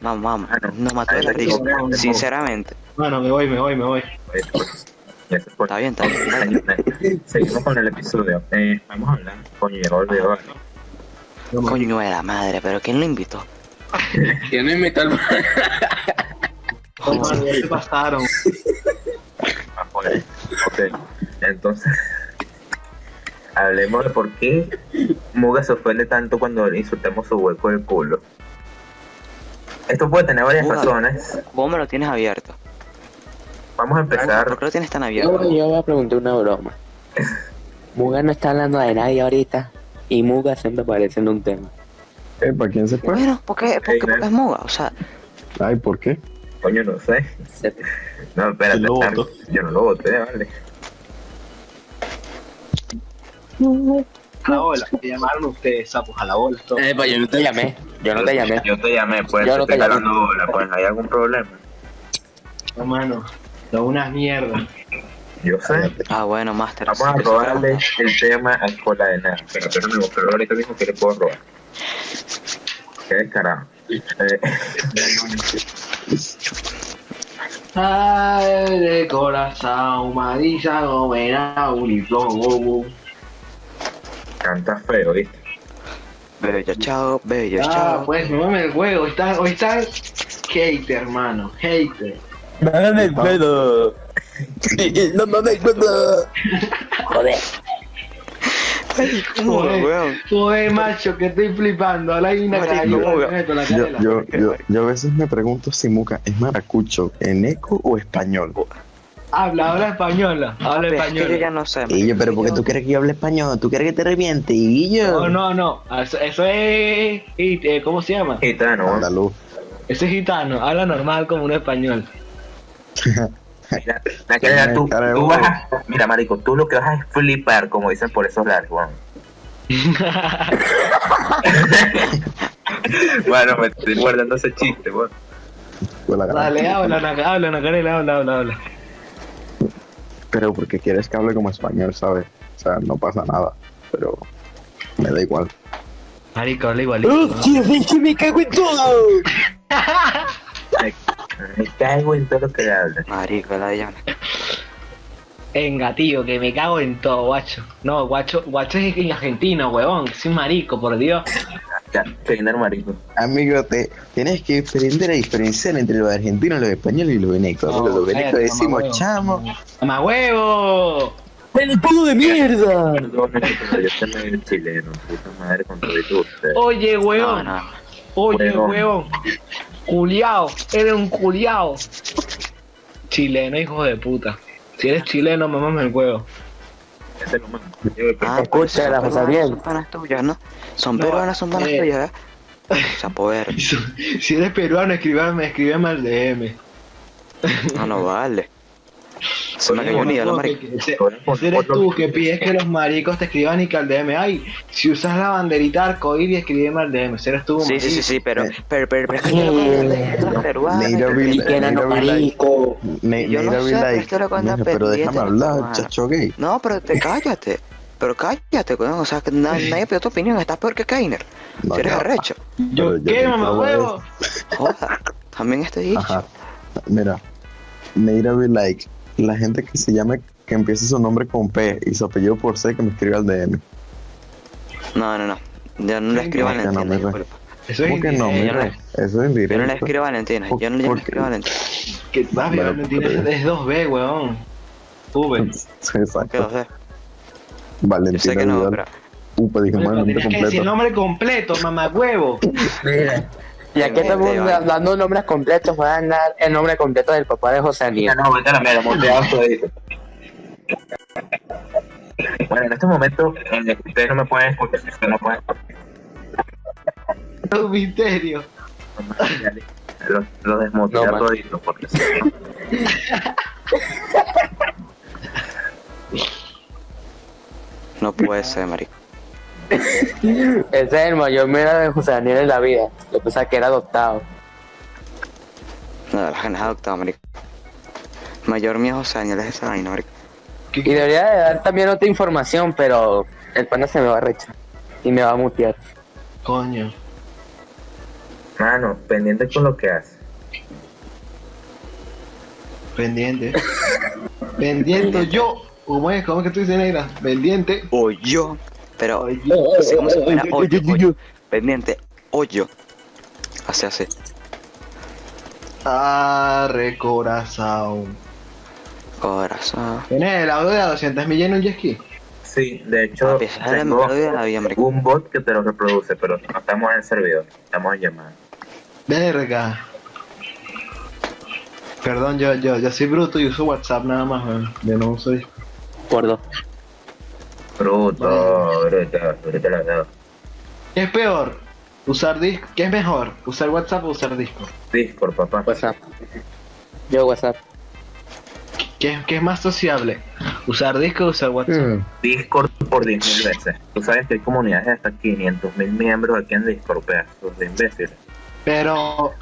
Speaker 5: Vamos, vamos.
Speaker 2: Ah, no.
Speaker 5: Nos mató de la
Speaker 2: Ah, no.
Speaker 5: risa.
Speaker 6: No, no.
Speaker 5: Sinceramente.
Speaker 6: Bueno, me voy, me voy, me voy.
Speaker 2: Este Gracias por-
Speaker 5: Está bien, está bien. dale.
Speaker 2: Este Seguimos con el episodio. Eh, vamos a hablar. Coño, ya me olvidé, vale.
Speaker 5: Coño de la madre, pero ¿quién lo invitó?
Speaker 10: ¿Quién me invitó al
Speaker 6: Oh, mano, ya se pasaron.
Speaker 2: Ah, joder. Ok. Entonces, hablemos de por qué Muga se ofende tanto cuando le insultamos su hueco del culo. Esto puede tener varias
Speaker 5: Muga.
Speaker 2: razones.
Speaker 5: Vos me lo tienes abierto.
Speaker 2: Vamos a
Speaker 5: ¿Por
Speaker 2: empezar.
Speaker 5: qué lo tienes tan
Speaker 8: Yo,
Speaker 5: abierto?
Speaker 8: yo voy a preguntar una broma. Muga no está hablando de nadie ahorita y Muga siempre aparece en un tema.
Speaker 4: Epa, ¿quién se fue?
Speaker 5: Bueno, ¿por qué? ¿Por qué? Porque es muga. O sea,
Speaker 4: Ay, ¿por qué?
Speaker 2: Coño, no sé. No, espérate.
Speaker 10: Lo
Speaker 2: Sam,
Speaker 10: voto.
Speaker 2: Yo no lo voté, vale.
Speaker 6: A la bola. Me llamaron ustedes, sapos, a la bola. Todo.
Speaker 10: Eh, pa, yo no
Speaker 8: pues Te
Speaker 10: te llamé.
Speaker 8: llamé, yo no te llamé.
Speaker 2: Yo te llamé, pues.
Speaker 8: Yo
Speaker 2: Yo
Speaker 8: no
Speaker 2: estoy
Speaker 8: te llamé.
Speaker 2: hablando bola, pues. ¿Hay algún problema?
Speaker 6: No, mano. Son unas mierdas.
Speaker 2: Yo sé.
Speaker 5: ah, bueno, Master.
Speaker 2: Vamos a
Speaker 5: si te
Speaker 2: robarle
Speaker 5: preguntas-
Speaker 2: el tema a Escuela de Nada. Pero pero no, pero ahorita mismo que le puedo robar. Qué descarado. Eh,
Speaker 6: Ay, de corazón, Marisa, gobernada, uniflow.
Speaker 2: canta feo, ¿viste?
Speaker 5: Bello, chao, bello,
Speaker 6: Ah,
Speaker 5: chao.
Speaker 6: pues, no mames el juego. Está, hoy está hater, hermano. Hater.
Speaker 8: eh,
Speaker 7: No mames, puto. Joder.
Speaker 5: Ay, ¿cómo,
Speaker 6: Joder.
Speaker 5: weón?
Speaker 6: Joder, macho, que estoy flipando. Ahora hay una
Speaker 5: Marico,
Speaker 6: cara yo
Speaker 5: weón.
Speaker 6: me meto la
Speaker 4: Yo,
Speaker 6: canela.
Speaker 4: yo, yo, yo a veces me pregunto si Muca es maracucho, eneco o español.
Speaker 6: Habla, habla española. Habla
Speaker 5: Pero es que yo ya
Speaker 6: española.
Speaker 5: no sé.
Speaker 4: Y yo, pero ¿por qué tú quieres que yo hable español? ¿Tú quieres que te reviente? Y
Speaker 6: No,
Speaker 4: yo.
Speaker 6: no, no. Eso, eso es. hit- eh, ¿Cómo se llama?
Speaker 2: Gitano, bueno,
Speaker 4: Andaluz.
Speaker 6: Eso es gitano. Habla normal como un español.
Speaker 2: mira, la cara, tú,
Speaker 4: Cara de
Speaker 2: tú
Speaker 4: bobo.
Speaker 2: vas a- Mira, marico, tú lo que vas a es flipar, como dicen por esos lares, weón. bueno, me estoy guardando ese chiste, weón.
Speaker 4: Con la garganta.
Speaker 6: Dale, habla, Naca- habla, Nacarela, habla, habla, habla.
Speaker 4: Pero porque quieres que hable como español, ¿sabes? O sea, no pasa nada. Pero me da igual.
Speaker 6: Marico, habla
Speaker 8: ¡Oh,
Speaker 6: igualito.
Speaker 7: Uf, tío, ves que me cago en todo.
Speaker 2: Me, me cago en todo lo que hablas.
Speaker 5: Marico, la de Yana.
Speaker 6: Venga, tío, que me cago en todo, guacho. No, guacho, guacho es en argentino, huevón. Soy marico, por Dios.
Speaker 2: Ya, Keiner, marico.
Speaker 4: Amigo, te tienes que aprender a diferenciar entre los argentinos, los españoles y los venecos.
Speaker 6: No,
Speaker 4: los venecos
Speaker 6: cállate,
Speaker 4: decimos
Speaker 6: mamá,
Speaker 4: chamo.
Speaker 6: ¡Mamá huevo!
Speaker 7: Pelotudo de mierda.
Speaker 2: Perdóname, pero yo soy medio chileno, puta madre, con todo y tú, ustedes.
Speaker 6: Oye,
Speaker 5: No,
Speaker 6: huevón.
Speaker 5: no.
Speaker 6: Oye,
Speaker 2: Huevón.
Speaker 6: huevón. Culiao, eres un culiao. Chileno, hijo de puta. Si eres chileno, mamá el huevo.
Speaker 2: Ese es lo mismo.
Speaker 5: Ah,
Speaker 2: Yo, pero-
Speaker 5: pues,
Speaker 8: Escucha, la
Speaker 5: son
Speaker 8: cosa
Speaker 5: peruanas,
Speaker 8: bien.
Speaker 5: Son panas tuyas, ¿no? Son
Speaker 6: No,
Speaker 5: peruanas, son panas
Speaker 6: eh.
Speaker 5: tuyas, ¿eh? Se apoder.
Speaker 6: Si eres peruano, escribame, escribeme al DM.
Speaker 5: No, no vale. Se me
Speaker 2: Oye,
Speaker 5: cayó
Speaker 2: no,
Speaker 5: el ídolo,
Speaker 6: No,
Speaker 5: marico.
Speaker 6: que- que- ese- ese eres tú que pides que los maricos te escriban y que al DM. Ay, si usas la banderita arcoíris, escribeme al DM. Ese eres tú,
Speaker 5: Sí, sí,
Speaker 6: marico.
Speaker 5: sí, sí, pero,
Speaker 4: Eh.
Speaker 5: pero, pero, pero es que yo hablo con las personas peruanas,
Speaker 4: Nairobi,
Speaker 5: porque-
Speaker 8: Y que no,
Speaker 4: Nairobi Light.
Speaker 8: marico.
Speaker 4: Ne-
Speaker 5: Yo no
Speaker 4: Nairobi
Speaker 5: sé, pero
Speaker 4: Light.
Speaker 5: es que ahora cuando
Speaker 4: Mira,
Speaker 5: aprendí
Speaker 4: Pero
Speaker 5: este
Speaker 4: déjame
Speaker 5: no
Speaker 4: hablar,
Speaker 5: tomara.
Speaker 4: chacho gay.
Speaker 5: No, pero te cállate. Pero cállate, coño. O sea, que na- nadie pidió tu opinión. Estás peor que Keiner.
Speaker 4: No,
Speaker 5: si eres
Speaker 4: ya.
Speaker 5: arrecho.
Speaker 4: Pero
Speaker 6: Yo,
Speaker 4: yo
Speaker 6: ¿Qué,
Speaker 4: no
Speaker 6: mamá
Speaker 4: creo
Speaker 6: huevo?
Speaker 5: Joda. También estoy dicho.
Speaker 4: Ajá. Mira, Nairobi Like, la gente que se llama, que empieza su nombre con P y su apellido por C, que me escribe al DM.
Speaker 5: No, no, no. Yo no le escribo a
Speaker 4: no, no,
Speaker 5: Valentina.
Speaker 4: me
Speaker 5: disculpa.
Speaker 6: Eso es
Speaker 4: ¿Cómo que no?
Speaker 6: indirecto.
Speaker 5: yo no
Speaker 4: Mira, eso es
Speaker 5: Yo no le
Speaker 4: indirecto.
Speaker 5: escribo a Valentina. Yo no yo no
Speaker 4: ¿Por
Speaker 5: le
Speaker 4: qué?
Speaker 5: escribo a Valentina.
Speaker 6: Que más bien,
Speaker 4: Bueno,
Speaker 6: Valentina
Speaker 4: pero-
Speaker 6: es 2B, weón. V.
Speaker 5: ¿Qué
Speaker 4: Exacto.
Speaker 5: dos de? Yo sé
Speaker 4: Valentina
Speaker 5: que no,
Speaker 4: Vidal.
Speaker 5: pero.
Speaker 4: Upa, dije
Speaker 6: Pero
Speaker 4: mal el nombre
Speaker 6: Tienes que decir el
Speaker 4: completo.
Speaker 6: nombre completo, mamá huevo.
Speaker 8: Mira, Y aquí estamos
Speaker 5: Vale,
Speaker 8: da-
Speaker 5: vale.
Speaker 8: dando nombres completos. Voy a dar el nombre completo del papá de José
Speaker 2: Ya
Speaker 8: Aníbal.
Speaker 2: no, vete a la mierda, muteado todito. Bueno, en este momento eh, ustedes no me pueden escuchar, ustedes no pueden
Speaker 6: Es un misterio.
Speaker 2: Los lo desmutea
Speaker 8: No, man.
Speaker 2: todito, porque si no-
Speaker 5: No puede ser, marico.
Speaker 8: Ese es el mayor miedo de José Daniel en la vida. Yo pensaba que era adoptado.
Speaker 5: No, las ganas de adoptado, marico. Mayor mío José Daniel es esa vaina, marico.
Speaker 8: Y debería de dar también otra información, pero el pana se me va a rechazar. Y me va a mutear.
Speaker 6: Coño.
Speaker 2: Mano, pendiente con lo que hace.
Speaker 6: Pendiente. Pendiente yo. ¿Cómo es? ¿Cómo es que tú dices, Negra? Pendiente.
Speaker 5: O yo. Pero,
Speaker 6: Oye,
Speaker 7: Oh,
Speaker 5: no sé cómo se llama, hoyo, hoyo. Pendiente, hoyo. Así, así.
Speaker 6: Arre corazón.
Speaker 5: Corazón.
Speaker 6: ¿Tienes el audio de 200 millas en un jet ski?
Speaker 2: Sí, de hecho,
Speaker 5: Papi, esa es la
Speaker 2: tengo
Speaker 5: melodía de la vida, marico.
Speaker 2: un bot que te lo reproduce, pero no estamos en el servidor, estamos en llamada.
Speaker 6: Verga. Perdón, yo, yo, yo soy bruto y uso WhatsApp nada más, weón. Yo no uso Discord.
Speaker 7: oh.
Speaker 8: Por dos.
Speaker 2: Bruto, bruto, bruto la verdad.
Speaker 6: ¿Qué es peor? ¿Usar Discord? ¿Qué es mejor? ¿Usar WhatsApp o usar Discord?
Speaker 2: Discord, papá.
Speaker 8: WhatsApp. Yo WhatsApp.
Speaker 6: ¿Qué, es- qué es más sociable? ¿Usar Discord o usar WhatsApp?
Speaker 4: Mm.
Speaker 2: Discord por 10.000 veces. Tú sabes que hay comunidades de hasta 500.000 miembros aquí en Discord, pedazos de imbéciles.
Speaker 6: Pero,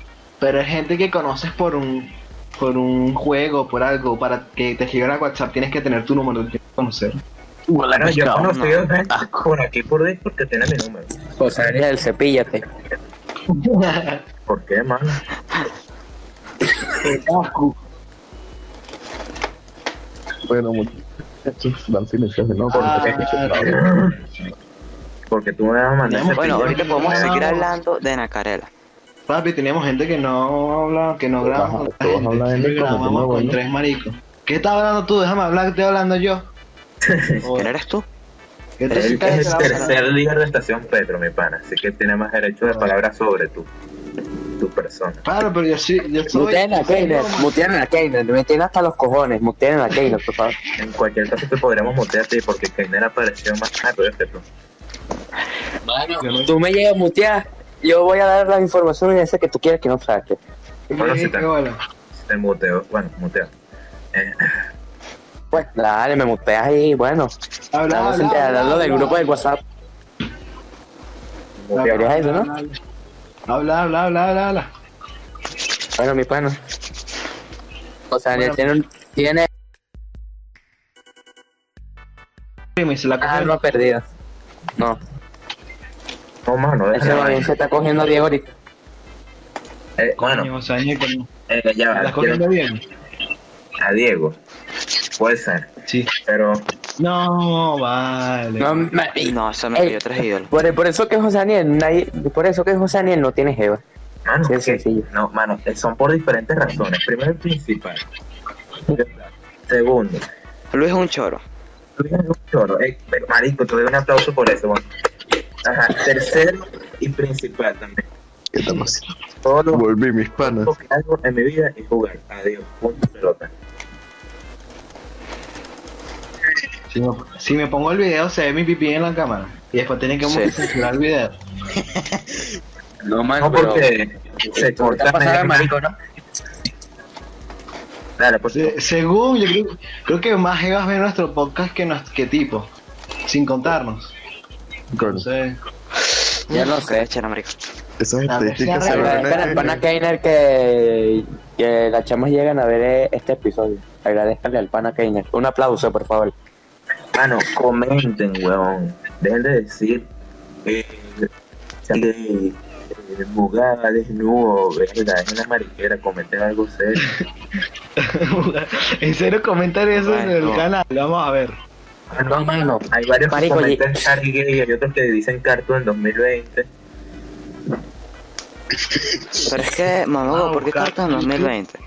Speaker 6: pero hay gente que conoces por un, por un juego, por algo, para que te escriban a WhatsApp tienes que tener tu número, tienes que conocer.
Speaker 2: Bueno, yo he conocido
Speaker 5: no. Ah.
Speaker 2: gente por aquí por Discord que tiene mi número.
Speaker 8: José Daniel, el cepíllate.
Speaker 2: ¿Por qué, mano?
Speaker 6: Ah,
Speaker 4: Bueno, muchachos, dan silencios de no, porque
Speaker 6: Ah,
Speaker 2: Porque tú me vas a mandar ese
Speaker 5: Bueno,
Speaker 2: pillo.
Speaker 5: ahorita podemos
Speaker 6: no.
Speaker 5: seguir hablando de Nacarela.
Speaker 6: Papi, teníamos gente que no habla, que no
Speaker 4: Pero,
Speaker 6: grabamos
Speaker 4: ajá, tú
Speaker 6: con
Speaker 4: vas a
Speaker 6: gente.
Speaker 4: hablar de mí
Speaker 6: Siempre
Speaker 4: como
Speaker 6: grabamos
Speaker 4: tú, ¿no,
Speaker 6: con
Speaker 4: bueno?
Speaker 6: tres maricos. ¿Qué estás hablando tú? Déjame hablar, que estoy hablando yo.
Speaker 5: ¿Quién eres tú?
Speaker 6: ¿Qué te
Speaker 2: Él
Speaker 6: sientas
Speaker 2: es el
Speaker 6: grabado?
Speaker 2: tercer líder de Estación Petro, mi pana, así que tiene más derecho de palabra sobre tu, tu persona.
Speaker 6: Claro, pero yo sí, yo soy.
Speaker 8: Muteen a Keiner. Muteen a Keiner. Me tienen hasta los cojones. Muteen a Keiner, por favor.
Speaker 2: En cualquier caso te podríamos mutearte porque Keiner apareció más rápido que tú.
Speaker 10: Mano,
Speaker 8: Tú me llegas a mutear. Yo voy a dar la información y ese que tú quieres que no saque.
Speaker 2: Bueno, sí,
Speaker 6: Sí, qué bueno.
Speaker 2: Se muteó, bueno, muteó. Eh,
Speaker 8: Pues dale, me muteas y bueno.
Speaker 6: Habla,
Speaker 8: Estamos
Speaker 6: habla, habla,
Speaker 8: hablando del
Speaker 6: habla.
Speaker 8: grupo de WhatsApp.
Speaker 2: muteado.
Speaker 8: Querías eso, ¿no?
Speaker 6: Habla, habla, habla, habla, habla.
Speaker 8: Bueno, mi pana. O sea,
Speaker 6: Bueno.
Speaker 8: tiene, un- tiene
Speaker 6: Y me hice la
Speaker 2: Ah,
Speaker 8: una
Speaker 6: cosa.
Speaker 8: alma perdida. No,
Speaker 2: No, mano,
Speaker 8: ese
Speaker 2: déjala.
Speaker 8: bien se está cogiendo a Diego ahorita.
Speaker 2: Eh, bueno,
Speaker 6: Coño, o sea, ni con-
Speaker 2: eh, ya
Speaker 6: ¿Estás
Speaker 2: va, quiero-
Speaker 6: cogiendo bien?
Speaker 2: a Diego. Puede ser,
Speaker 6: Sí.
Speaker 2: pero
Speaker 6: No, vale.
Speaker 8: No, ma- y-
Speaker 5: No, se me
Speaker 8: Ey.
Speaker 5: pidió tres ídolos.
Speaker 8: por, por eso que José Daniel, nadie- por eso que José Daniel no tiene jeva.
Speaker 2: Mano,
Speaker 8: Sí, sí,
Speaker 2: que-
Speaker 8: sí.
Speaker 2: no, mano, eh, son por diferentes razones. Primero y principal. Segundo,
Speaker 5: Luis es un choro.
Speaker 2: tú eres un chorro. Eh, pero, marico, te doy un aplauso por eso. Bueno. Ajá, tercero y principal también.
Speaker 4: ¿Qué está pasando?
Speaker 2: Todo lo
Speaker 4: Volví mis panas.
Speaker 2: único que hago en mi vida es jugar. Adiós, punto pelota.
Speaker 6: Si me, si me pongo el video, se ve mi pipí en la cámara. Y después tienen que
Speaker 5: Sí.
Speaker 6: censurar el video.
Speaker 10: no, mano,
Speaker 2: No
Speaker 10: pero-
Speaker 2: porque se corta
Speaker 8: Está pasada de
Speaker 2: media-
Speaker 8: marico, ¿no?
Speaker 2: Dale, pues,
Speaker 6: Se- según, yo creo, creo que más jevas ven nuestro podcast que, nos, que tipo. Sin contarnos.
Speaker 4: Con
Speaker 6: No sé.
Speaker 8: Ya no sé.
Speaker 5: Qué chera, marico.
Speaker 4: esas
Speaker 6: A ver,
Speaker 4: estadísticas
Speaker 6: se
Speaker 4: se
Speaker 8: Espera,
Speaker 4: ven
Speaker 8: espera,
Speaker 4: en-
Speaker 8: pon a Keiner que, que las chamas llegan a ver eh, este episodio. Agradezcanle al pana Keiner. Un aplauso, por favor.
Speaker 2: Mano, comenten, weón. Dejen de decir. Eh, de, de bugada, desnudo, verga, es una mariquera, comenten algo serio.
Speaker 6: en serio, comentar eso en el
Speaker 5: Bueno.
Speaker 6: canal. Vamos a ver.
Speaker 8: No, mano.
Speaker 2: Hay varios
Speaker 8: Marico,
Speaker 2: que comentan Harry Gay y hay otros que dicen Cartoon en 2020.
Speaker 5: Pero es que, mamá,
Speaker 6: Ah,
Speaker 5: ¿por qué
Speaker 6: buscar-
Speaker 5: cartas en 2020?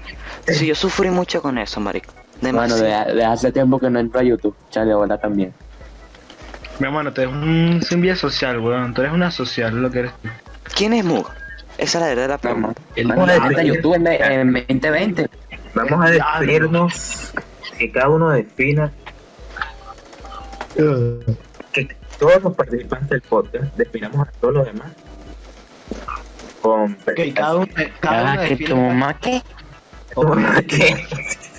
Speaker 5: Sí, yo sufrí mucho con eso, marico.
Speaker 8: Mano,
Speaker 5: Demasiado.
Speaker 8: de, de hace tiempo que no entro a YouTube. Chale, hola también.
Speaker 6: Mi hermano, tú eres un, un vía social, weón. Tú eres una social, lo que eres.
Speaker 5: ¿Quién es Mug? Esa es la verdad la pregunta.
Speaker 8: El
Speaker 2: Vamos a
Speaker 8: de
Speaker 2: definir-
Speaker 8: YouTube en, en 2020.
Speaker 2: Vamos a definirnos que cada uno defina que todos los participantes del podcast definamos a todos los demás con
Speaker 6: Ok, cada uno, cada
Speaker 8: Ah,
Speaker 6: uno
Speaker 8: que
Speaker 6: define-
Speaker 8: tu mamá que.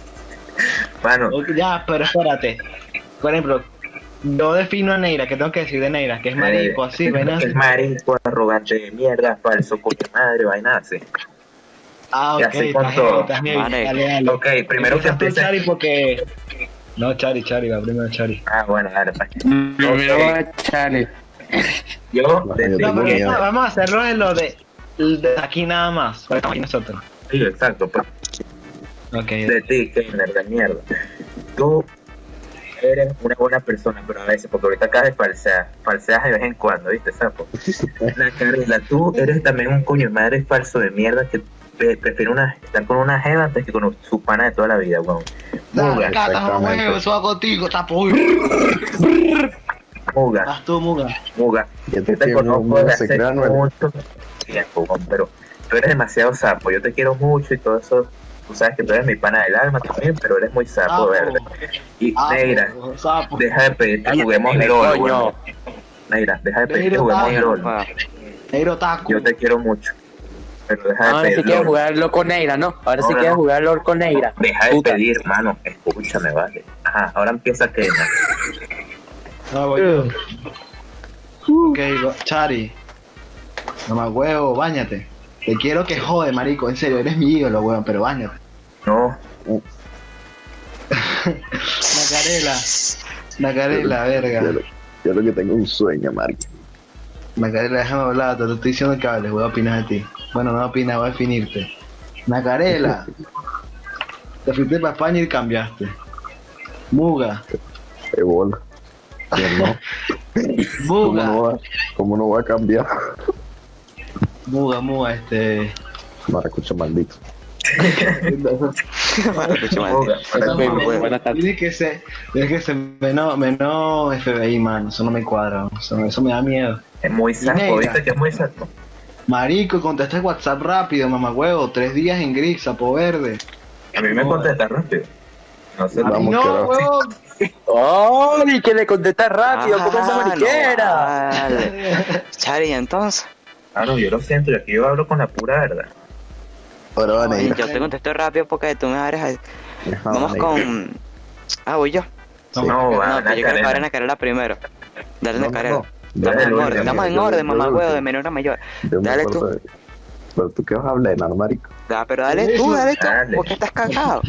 Speaker 2: Mano,
Speaker 6: Ok, Ya, pero espérate. Por ejemplo, yo defino a Neira, que tengo que decir de Neira,
Speaker 2: Eh,
Speaker 6: que es marico, así, vaina así.
Speaker 2: Es marico, arrogante de mierda, falso, coño madre, vaina así.
Speaker 6: Ah, ok,
Speaker 2: Ya sé
Speaker 6: estás
Speaker 2: cuánto.
Speaker 6: bien, estás bien.
Speaker 5: Vale.
Speaker 6: Dale, dale.
Speaker 2: Ok, primero que
Speaker 6: Empiezas tú,
Speaker 2: empiece.
Speaker 6: Chari, porque. No, Chari, Chari, va primero Chari.
Speaker 2: Ah, bueno, dale, pues.
Speaker 8: Primero va Charlie.
Speaker 2: Yo
Speaker 6: No,
Speaker 2: defino.
Speaker 6: pero
Speaker 4: miedo.
Speaker 6: esta- vamos a hacerlo en lo de, de aquí nada más. porque estamos aquí nosotros.
Speaker 2: Sí, exacto, pues.
Speaker 6: Ok.
Speaker 2: de ti, Keiner, de mierda. Tú eres una buena persona, pero a veces, porque ahorita acabas de falsear, falseas de vez en cuando, ¿viste, sapo? La Carla, tú eres también un coño de madre falso de mierda que pre- prefiere una, estar con una jeva antes que con su pana de toda la vida, weón.
Speaker 6: Muga,
Speaker 2: Muga,
Speaker 4: exactamente.
Speaker 6: eso va contigo, tapo. uy.
Speaker 2: muga,
Speaker 6: Vas tú, Muga.
Speaker 2: muga.
Speaker 4: Ya te
Speaker 2: Yo te
Speaker 4: tiene un
Speaker 2: conozco de
Speaker 4: mundo
Speaker 2: hace
Speaker 4: secreto, ¿verdad?
Speaker 2: mucho tiempo, weón, pero tú eres demasiado sapo, yo te quiero mucho y todo eso. Tú sabes que tú eres mi pana del alma también, pero eres muy sapo,
Speaker 6: Sapo.
Speaker 2: verde. Y
Speaker 6: Ah,
Speaker 2: negra,
Speaker 6: sapo.
Speaker 2: Deja de pedirte que juguemos
Speaker 8: Cállate,
Speaker 2: LOL,
Speaker 8: coño.
Speaker 2: weón. Neira, deja de pedirte que
Speaker 6: Negro,
Speaker 2: juguemos
Speaker 6: dale,
Speaker 2: LOL.
Speaker 5: Ah,
Speaker 6: Negro taco.
Speaker 2: Yo te quiero mucho. Ah, Pero deja
Speaker 8: Ahora
Speaker 2: de
Speaker 8: sí
Speaker 2: pedir
Speaker 8: quieres
Speaker 2: LOL.
Speaker 8: jugarlo con Neira, ¿no? Ahora sí
Speaker 2: Ahora
Speaker 8: quieres
Speaker 2: no.
Speaker 8: jugarlo con Neira.
Speaker 2: Deja de
Speaker 8: Puta.
Speaker 2: pedir, mano. Escúchame, vale. Ajá, ahora empieza que.
Speaker 6: No, Ah, voy yo. Ok, go- Chari. Mamá huevo, bañate. Te quiero que jode, marico. En serio, eres mi ídolo, weón, pero bañate.
Speaker 2: No,
Speaker 6: Macarela. Macarela, verga.
Speaker 4: Yo, yo lo que tengo es un sueño, Marco.
Speaker 6: Macarela, déjame hablar, te lo estoy diciendo que hables, voy a opinar de ti. Bueno, no opinas, voy a definirte. Macarela, te fuiste para España y cambiaste. Muga,
Speaker 4: Qué bola. Yo no. ¿Cómo no,
Speaker 6: Muga,
Speaker 4: va, ¿Cómo no va a cambiar?
Speaker 6: Muga, Muga, este.
Speaker 4: Maracucho maldito.
Speaker 2: muga.
Speaker 8: Buenas tardes.
Speaker 6: Tienes que ser, tienes que ser menos, menos FBI, mano, eso no me cuadra, eso, eso me da miedo.
Speaker 2: Es muy sapo,
Speaker 6: Neira.
Speaker 2: ¿viste que es muy sapo?
Speaker 6: Marico, contesta el WhatsApp rápido, mamagüevo, tres días en gris, sapo verde.
Speaker 2: A mí me contesta rápido. No sé,
Speaker 4: Ah,
Speaker 2: vamos.
Speaker 4: Vamos,
Speaker 6: no,
Speaker 4: carajo.
Speaker 6: huevón.
Speaker 8: ¡Oh! Y que le contestas rápido, ¿cómo esa
Speaker 5: Ah, no,
Speaker 8: mariquera?
Speaker 5: vale. Chari, entonces.
Speaker 2: Ah, no, yo lo siento, yo aquí yo hablo con la pura verdad.
Speaker 4: Ahora va
Speaker 5: Y
Speaker 4: Neira.
Speaker 5: yo te contesto rápido porque tú me abres. a-
Speaker 4: Ajá,
Speaker 5: Vamos
Speaker 4: Neira.
Speaker 5: con. Ah, voy yo.
Speaker 2: No, va,
Speaker 5: No, pero yo quiero
Speaker 2: Nacarena.
Speaker 5: parar en carrera primero. Dale
Speaker 4: No,
Speaker 5: en
Speaker 4: no,
Speaker 5: carrera.
Speaker 4: no.
Speaker 5: Estamos
Speaker 2: Dale,
Speaker 5: en
Speaker 2: Lore,
Speaker 5: orden,
Speaker 2: dale,
Speaker 5: estamos en
Speaker 4: yo- yo
Speaker 5: orden, mamá
Speaker 4: lo
Speaker 5: huevo, de
Speaker 4: último.
Speaker 5: menor a mayor.
Speaker 4: Yo me
Speaker 5: Dale
Speaker 4: acuerdo
Speaker 5: tú.
Speaker 4: de- Pero tú qué vas a hablar, ¿no, marico?
Speaker 5: Da, pero dale tú, dale tú,
Speaker 2: Dale.
Speaker 5: porque estás cagado.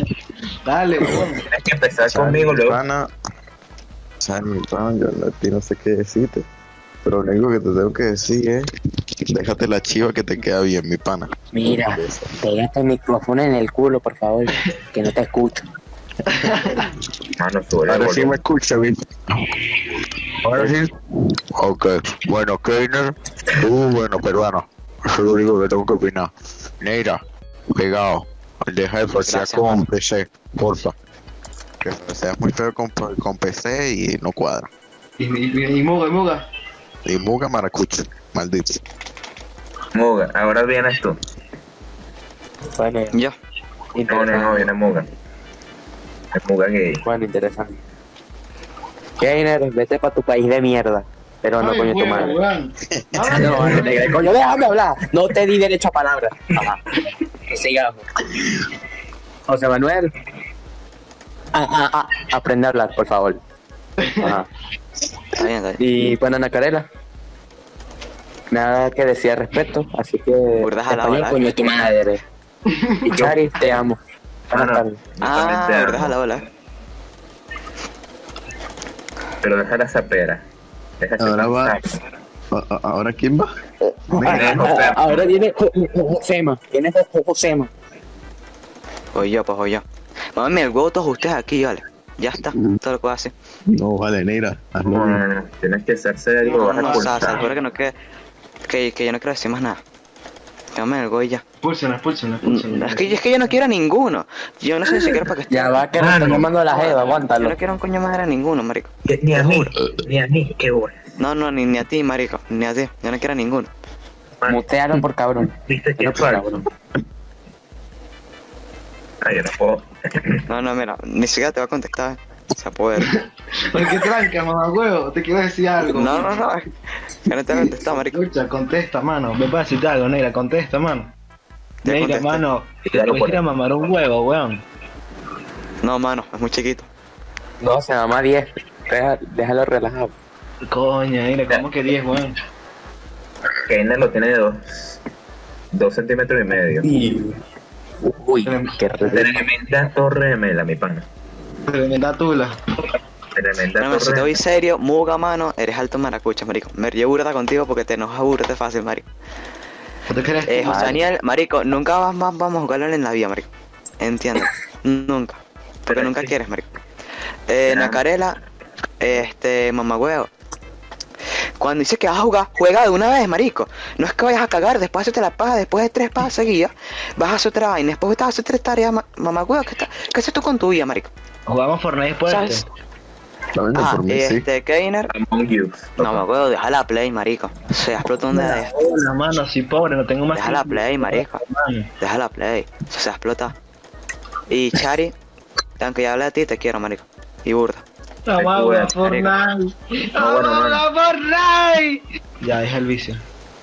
Speaker 6: Dale, huevón.
Speaker 2: Tienes que empezar
Speaker 4: Chale,
Speaker 2: conmigo,
Speaker 4: mi
Speaker 2: luego.
Speaker 4: pana. Chale, mi pana, yo no, a ti no sé qué decirte. Pero lo único que te tengo que decir es: déjate la chiva que te queda bien, mi pana.
Speaker 8: Mira, pégate el micrófono en el culo, por favor, que no te escucho.
Speaker 2: Mano, sube el
Speaker 4: Ahora sí me
Speaker 2: volumen.
Speaker 4: escucha, bien. Ahora sí. Ok, bueno, Keiner. Uh, bueno, peruano. Eso es lo único que tengo que opinar. Neira, pegado. Deja de falsear
Speaker 5: Gracias,
Speaker 4: con
Speaker 5: mano.
Speaker 4: PC, porfa. Que falseas muy feo con, con PC y no cuadra.
Speaker 6: Y, y, y Muga, y Muga.
Speaker 4: Y muga maracucho, maldito.
Speaker 2: Muga, ahora vienes tú.
Speaker 8: Bueno,
Speaker 5: Yo.
Speaker 2: No, no, no,
Speaker 8: interesante.
Speaker 2: viene Muga. Es Muga gay.
Speaker 8: Bueno, interesante. Keiner, vete para tu país de mierda. Pero no,
Speaker 6: Ay,
Speaker 8: coño, tu
Speaker 6: huevo,
Speaker 8: madre.
Speaker 6: huevón.
Speaker 8: No, no, negra, coño, déjame hablar. No te di derecho a palabra. Ajá. Sigamos. José Manuel. Ah, ah, ah, aprende a hablar, por favor. Ajá.
Speaker 5: Está bien, está bien.
Speaker 8: Y bueno, Nacarela. Nada que decir al respecto, así que.
Speaker 5: Burda jalada,
Speaker 8: español,
Speaker 5: ¿verdad?
Speaker 8: coño, tu madre. Y Chari, te amo. Buenas
Speaker 2: Mano,
Speaker 8: tardes.
Speaker 2: yo también
Speaker 5: Ah,
Speaker 2: te amo,
Speaker 5: déjala, hola.
Speaker 2: Pero deja la sapera. Deja que
Speaker 4: Ahora
Speaker 2: se
Speaker 4: va.
Speaker 2: sape.
Speaker 4: A- a- ¿Ahora quién va?
Speaker 2: Viene José.
Speaker 8: Ah, Ahora viene Jo- Jo- Jo- Josema. Viene Jo- Jo- Josema.
Speaker 5: Voy yo, pues voy yo. Mami, el huevo todos ustedes aquí, vale. Ya está,
Speaker 4: Mm.
Speaker 5: todo lo que hace.
Speaker 4: No, vale, Neira. hazlo
Speaker 2: No,
Speaker 5: Mm.
Speaker 4: bien.
Speaker 2: no, no, no. Tienes que ser serio,
Speaker 5: No,
Speaker 2: vas a
Speaker 5: no, o sea, se
Speaker 2: pulsar.
Speaker 5: juro que no quede. Que, que yo no quiero decir más nada. Dame el huevo y ya.
Speaker 6: Expúlsenlo, expúlsenlo,
Speaker 5: Mm,
Speaker 6: expúlsenlo.
Speaker 5: Es que, es que yo no quiero a ninguno. Yo no sé ni siquiera para que
Speaker 8: Ya va, que nos
Speaker 2: Mano.
Speaker 8: está llamando la Jeva,
Speaker 5: Yo
Speaker 8: aguántalo.
Speaker 5: no quiero un coño madre a ninguno, marico.
Speaker 2: Que- Ni a mí, ni a mí, qué bueno.
Speaker 5: No, no, ni, ni a ti, marico. Ni a ti. Yo no quiero a ninguno.
Speaker 8: Mutealo por cabrón.
Speaker 2: ¿Viste que
Speaker 4: pues,
Speaker 2: es falso? Ay, yo no puedo.
Speaker 5: No, no, mira, ni siquiera te va a contestar. Se apodera.
Speaker 6: Porque tranca, mamá huevo, te quiero decir algo.
Speaker 5: No, no, no. Ya no te va a contestar, marico.
Speaker 6: Escucha, contesta, mano. Me pasa decirte algo, negra, contesta, mano.
Speaker 5: Ya
Speaker 6: Negra,
Speaker 5: contesté.
Speaker 6: mano, te
Speaker 2: lo
Speaker 6: puedes ir
Speaker 2: pone.
Speaker 6: a mamar un huevo, weón.
Speaker 5: No, mano, es muy chiquito.
Speaker 8: No, se mamá 10. Deja- Déjalo relajado.
Speaker 6: Coño, negra, ¿cómo que 10, weón?
Speaker 2: Keiner lo tiene de dos, dos centímetros y medio.
Speaker 8: Uy,
Speaker 11: Em,
Speaker 8: qué
Speaker 11: eh,
Speaker 8: re-
Speaker 2: Tremenda torre de mela, mi pana.
Speaker 6: Tremenda tula.
Speaker 2: Tremenda
Speaker 5: No, no, si
Speaker 2: torre
Speaker 5: te
Speaker 2: de
Speaker 5: voy serio, muga mano, eres alto maracucha, marico. Me río burda contigo porque te enojas burda fácil, marico.
Speaker 6: ¿No te crees?
Speaker 5: Eh,
Speaker 6: tú,
Speaker 5: José Daniel, marico, nunca vas más vamos a jugarlo en la vida, marico. Entiendo. nunca. Porque
Speaker 2: Pero
Speaker 5: nunca
Speaker 2: sí.
Speaker 5: quieres, marico. Eh,
Speaker 2: Claro.
Speaker 5: Nacarela, este, mamagüeo. Cuando dices que vas a jugar, juega de una vez, marico. No es que vayas a cagar, después te la pagas, después de tres pasos seguidas, vas a hacer otra vaina, después vas a hacer tres tareas, ma- mamagüeo. ¿Qué, está- qué haces tú con tu vida, marico?
Speaker 6: Jugamos Fortnite después.
Speaker 5: ¿Sabes?
Speaker 4: Está viendo
Speaker 5: Ah,
Speaker 4: por mí, sí.
Speaker 5: este, Keiner,
Speaker 2: Among Us.
Speaker 5: No me acuerdo, deja la play, marico. Se explota un dedo.
Speaker 6: Hola, mano, soy pobre, no tengo más.
Speaker 5: Deja la play, marico.
Speaker 6: Mano,
Speaker 5: Deja la play. Eso se explota. Y Chari, aunque ya hablé de ti, te quiero, marico. Y burda.
Speaker 6: No a
Speaker 2: cura,
Speaker 6: jugar Fortnite. No vamos a jugar Fortnite. Ya, deja el vicio.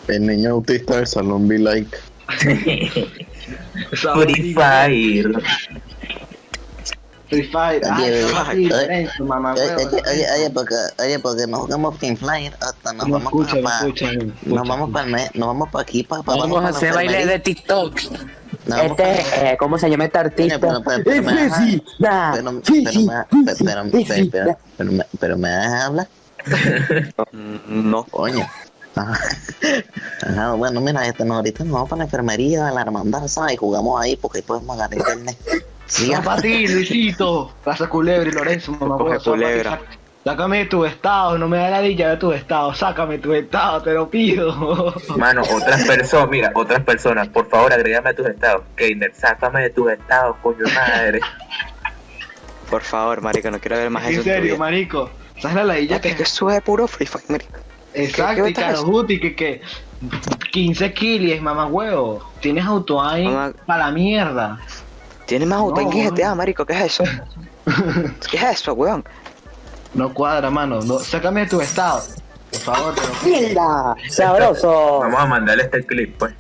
Speaker 11: El niño autista del salón Be Like.
Speaker 2: Free Fire.
Speaker 6: Free Fire.
Speaker 11: Ay,
Speaker 6: Ay,
Speaker 5: ay,
Speaker 6: sí, eso, mamá,
Speaker 8: Ah,
Speaker 11: Oye,
Speaker 6: huevo.
Speaker 11: oye, oye, oye, porque, oye, porque no jugamos Free Fire hasta nos
Speaker 6: No
Speaker 11: vamos
Speaker 6: escucha, no
Speaker 11: pa-
Speaker 6: escucha.
Speaker 11: Nos vamos para nos vamos para aquí, para
Speaker 8: Vamos, a hacer baile de TikTok. Este, eh, ¿cómo se llama este artista?
Speaker 11: Pero, pero, pero, pero,
Speaker 8: Es
Speaker 11: ajá.
Speaker 8: Fizzy, nah,
Speaker 11: Pero, me-
Speaker 8: Fizzy,
Speaker 11: pero, me-
Speaker 8: Fizzy,
Speaker 11: pero,
Speaker 8: Fizzy,
Speaker 11: pero, pero,
Speaker 8: nah.
Speaker 11: pero, me- pero me dejas hablar,
Speaker 5: Mm, No.
Speaker 11: coño. Ajá. Ajá, bueno, mira, este, no, ahorita nos vamos para la enfermería de la hermandad, ¿sabes? Y jugamos ahí porque ahí podemos agarrar internet.
Speaker 6: Son
Speaker 11: Siga.
Speaker 6: para ti, Luisito. Raza Culebra y Lorenzo, mamá.
Speaker 5: Coge
Speaker 6: huevo, son pa' ti.
Speaker 5: culebra.
Speaker 6: Sac- Sácame de tu estado, no me da la dilla de tu estado. Sácame tu estado, te lo pido.
Speaker 2: Mano, otras personas, mira, otras personas, por favor, agrégame a tus estados. Keiner, sácame de tus estados, coño madre.
Speaker 5: Por favor, marico, no quiero ver más eso.
Speaker 6: En
Speaker 5: en tu
Speaker 6: serio,
Speaker 5: vida.
Speaker 6: marico. ¿Sabes la ladilla
Speaker 5: Ya que
Speaker 6: que
Speaker 5: yo sube puro Free Fire, marico. ¿Qué-
Speaker 6: Exacto,
Speaker 5: qué
Speaker 6: y Call of
Speaker 5: ventajas?
Speaker 6: Duty, que, que 15 kills, mamá huevo. Tienes auto ahí
Speaker 5: Mamá-
Speaker 6: para la mierda.
Speaker 5: Tienes más auto en
Speaker 6: No,
Speaker 5: que GTA,
Speaker 6: mano.
Speaker 5: marico. ¿Qué es eso? ¿Qué es eso, weón?
Speaker 6: No cuadra, mano. No, sácame de tu estado. Por favor, te lo pido.
Speaker 7: ¡Mierda!
Speaker 5: Oh.
Speaker 7: ¡Sabroso!
Speaker 2: Vamos a mandarle este clip, pues.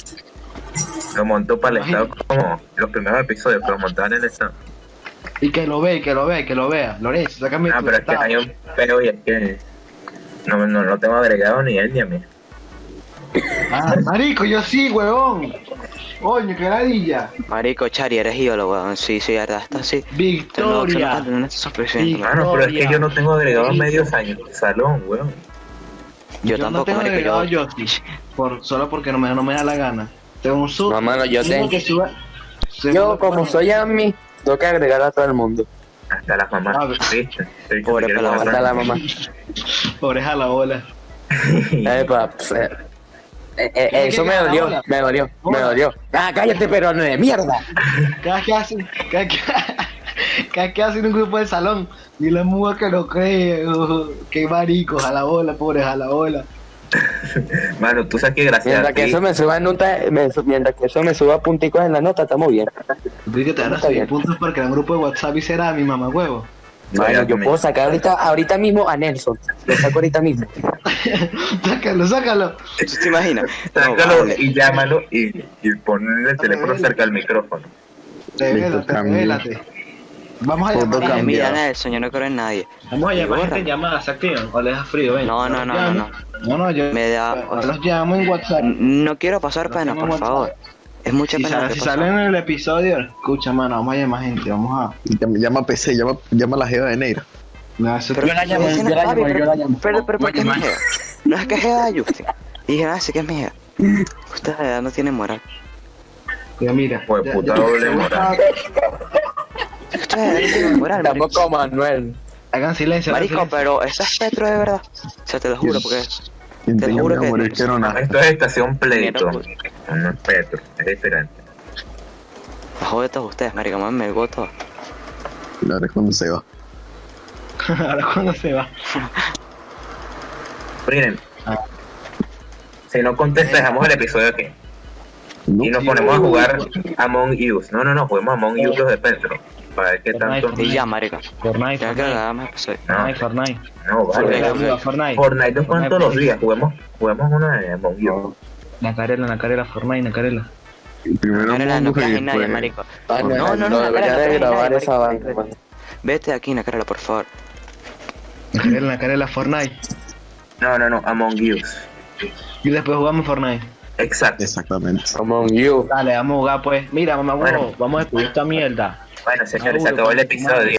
Speaker 2: Lo montó para el estado como los primeros episodios que lo montaban en el estado.
Speaker 6: Y que lo vea, que lo vea, que lo vea. Lorenzo, sácame de
Speaker 2: Ah,
Speaker 6: tu
Speaker 5: este
Speaker 2: pero es que
Speaker 6: estado.
Speaker 2: hay un peo y es que no, no lo tengo agregado ni él ni a mí.
Speaker 6: Ah, marico, yo sí, huevón. Coño, que ladilla.
Speaker 5: Marico, Chari, eres ídolo, weón. Sí, sí, la verdad, está así. No, tú no
Speaker 6: Victoria.
Speaker 5: cantas, no estás suficiente, marico.
Speaker 2: Mano, pero es que yo Ah, no tengo agregado medio sa- salón, weón.
Speaker 5: Yo
Speaker 6: no
Speaker 5: tampoco,
Speaker 6: tengo
Speaker 5: marico.
Speaker 6: agregado
Speaker 5: Yo
Speaker 6: yo, por, solo porque no me, no me da la gana. Tengo un sub.
Speaker 8: No, mano, yo
Speaker 6: tengo
Speaker 8: tengo-
Speaker 6: que suba-
Speaker 8: Yo, como soy a mí, tengo que agregar a todo el mundo.
Speaker 2: Hasta las
Speaker 6: Ah,
Speaker 2: mamás.
Speaker 6: pero-
Speaker 2: ¿viste? Sí, que
Speaker 5: Pobre
Speaker 2: te quiero
Speaker 5: pelado,
Speaker 2: agarrar.
Speaker 8: Hasta la mamá.
Speaker 6: Oreja a la bola.
Speaker 8: Epa, pues, eh, eh, eh, eso me dolió, me dolió, me dolió. Ah, cállate, pero no de mierda.
Speaker 6: Cada que hacen, cada que, cada que hacen un grupo de salón, y la muga que no cree, oh, qué maricos, a la bola, pobres, a la bola.
Speaker 2: Mano, tú sabes que gracias
Speaker 8: Mientras
Speaker 2: a
Speaker 8: que
Speaker 2: ti-
Speaker 8: eso me suba nota, me su- mientras que eso me suba punticos en la nota, estamos bien.
Speaker 6: Enrique, te van a
Speaker 8: Está
Speaker 6: subir
Speaker 8: bien.
Speaker 6: puntos porque era un grupo de WhatsApp y será mi mamá huevo.
Speaker 8: Bueno, yo puedo sacar ahorita, ahorita mismo a Nelson. Lo saco ahorita mismo.
Speaker 6: sácalo, sácalo.
Speaker 5: ¿Tú te imaginas? No,
Speaker 2: Sácalo
Speaker 5: vale.
Speaker 2: y llámalo y, y ponle el teléfono cerca al micrófono.
Speaker 6: Revélate,
Speaker 11: cambio.
Speaker 6: revélate. Vamos a
Speaker 11: Punto
Speaker 6: llamar
Speaker 5: Dale,
Speaker 6: a
Speaker 11: cambio.
Speaker 5: mira, Nelson, yo no creo en nadie.
Speaker 6: Vamos a llamar
Speaker 5: Y
Speaker 6: a
Speaker 5: borra.
Speaker 6: gente en llamada, se activan o les da frío, ven.
Speaker 5: No, no, no,
Speaker 6: Ya,
Speaker 5: no,
Speaker 6: No, no, yo
Speaker 5: Me da-
Speaker 6: yo los llamo en WhatsApp.
Speaker 5: No quiero pasar pena, por favor. Es mucha
Speaker 6: Si,
Speaker 5: pena.
Speaker 6: sale,
Speaker 5: lo que
Speaker 6: si
Speaker 5: pasa.
Speaker 6: salen en el episodio, escucha, mano, vamos a llamar gente, vamos a...
Speaker 11: Llama, llama a PC, llama, llama a la jeva de Neira.
Speaker 6: No, eso-
Speaker 5: Pero-
Speaker 8: yo
Speaker 5: pero-
Speaker 8: la llamo,
Speaker 5: papi,
Speaker 8: yo la llamo.
Speaker 5: Pero, pero, ¿por qué es mi
Speaker 10: Bueno,
Speaker 5: jeva? No es que es jeva de Justin. Y nada, sí que es mi jeva. Ustedes de edad no tienen moral.
Speaker 6: Ya mira.
Speaker 2: Pues,
Speaker 6: ya-
Speaker 2: puta
Speaker 6: ya-
Speaker 2: doble moral.
Speaker 5: Ustedes de edad no tienen moral, marico.
Speaker 8: Tampoco Manuel.
Speaker 6: Hagan silencio. hagan
Speaker 5: Marico,
Speaker 6: silencio.
Speaker 5: pero eso es Petro de verdad. O sea, te lo juro, porque
Speaker 11: Te
Speaker 5: juro que-
Speaker 11: no
Speaker 8: Ah.
Speaker 11: nada.
Speaker 2: Esto es estación pleito.
Speaker 5: Mira,
Speaker 8: pues.
Speaker 2: No es Petro, es diferente.
Speaker 5: la joven de todos ustedes, marico, más me goto.
Speaker 11: Lo haré cuando se va.
Speaker 6: Ahora cuando se va.
Speaker 8: Ah.
Speaker 2: Miren. Si no contestas, dejamos el episodio aquí. y nos ponemos a jugar Among Us. No, no, no, juguemos Among Us los de Petro. Para ver qué tanto.
Speaker 5: Y ya, marica.
Speaker 6: Fortnite,
Speaker 5: Ya que nada más empecé.
Speaker 6: Fortnite, Fortnite.
Speaker 2: No, vale.
Speaker 6: Fortnite, Fortnite.
Speaker 2: Fortnite nos ponen todos los días. Juguemos, juguemos uno de Among Us.
Speaker 6: Nacarela, Nacarela, Fortnite, Nacarela.
Speaker 4: Primero
Speaker 5: No, no, no,
Speaker 4: Mongo y
Speaker 5: cae nadie,
Speaker 8: pues.
Speaker 4: después-
Speaker 5: marico.
Speaker 1: Ah,
Speaker 5: No, no, no, no,
Speaker 1: debería
Speaker 5: no,
Speaker 1: de
Speaker 5: no,
Speaker 1: grabar
Speaker 5: no,
Speaker 1: esa
Speaker 5: no,
Speaker 1: vaina.
Speaker 5: no,
Speaker 8: pues.
Speaker 1: man.
Speaker 5: Vete de aquí, Nacarela, por favor.
Speaker 6: Nacarela, Nacarela, Fortnite.
Speaker 2: No, no, no, Among Us.
Speaker 6: Y después jugamos Fortnite.
Speaker 2: Exacto.
Speaker 11: Exactamente.
Speaker 8: Among You.
Speaker 6: Dale, vamos a jugar pues. Mira, mamá, huevo,
Speaker 2: Bueno.
Speaker 6: vamos a estudiar esta mierda.
Speaker 2: Bueno, señores, se acabó el episodio.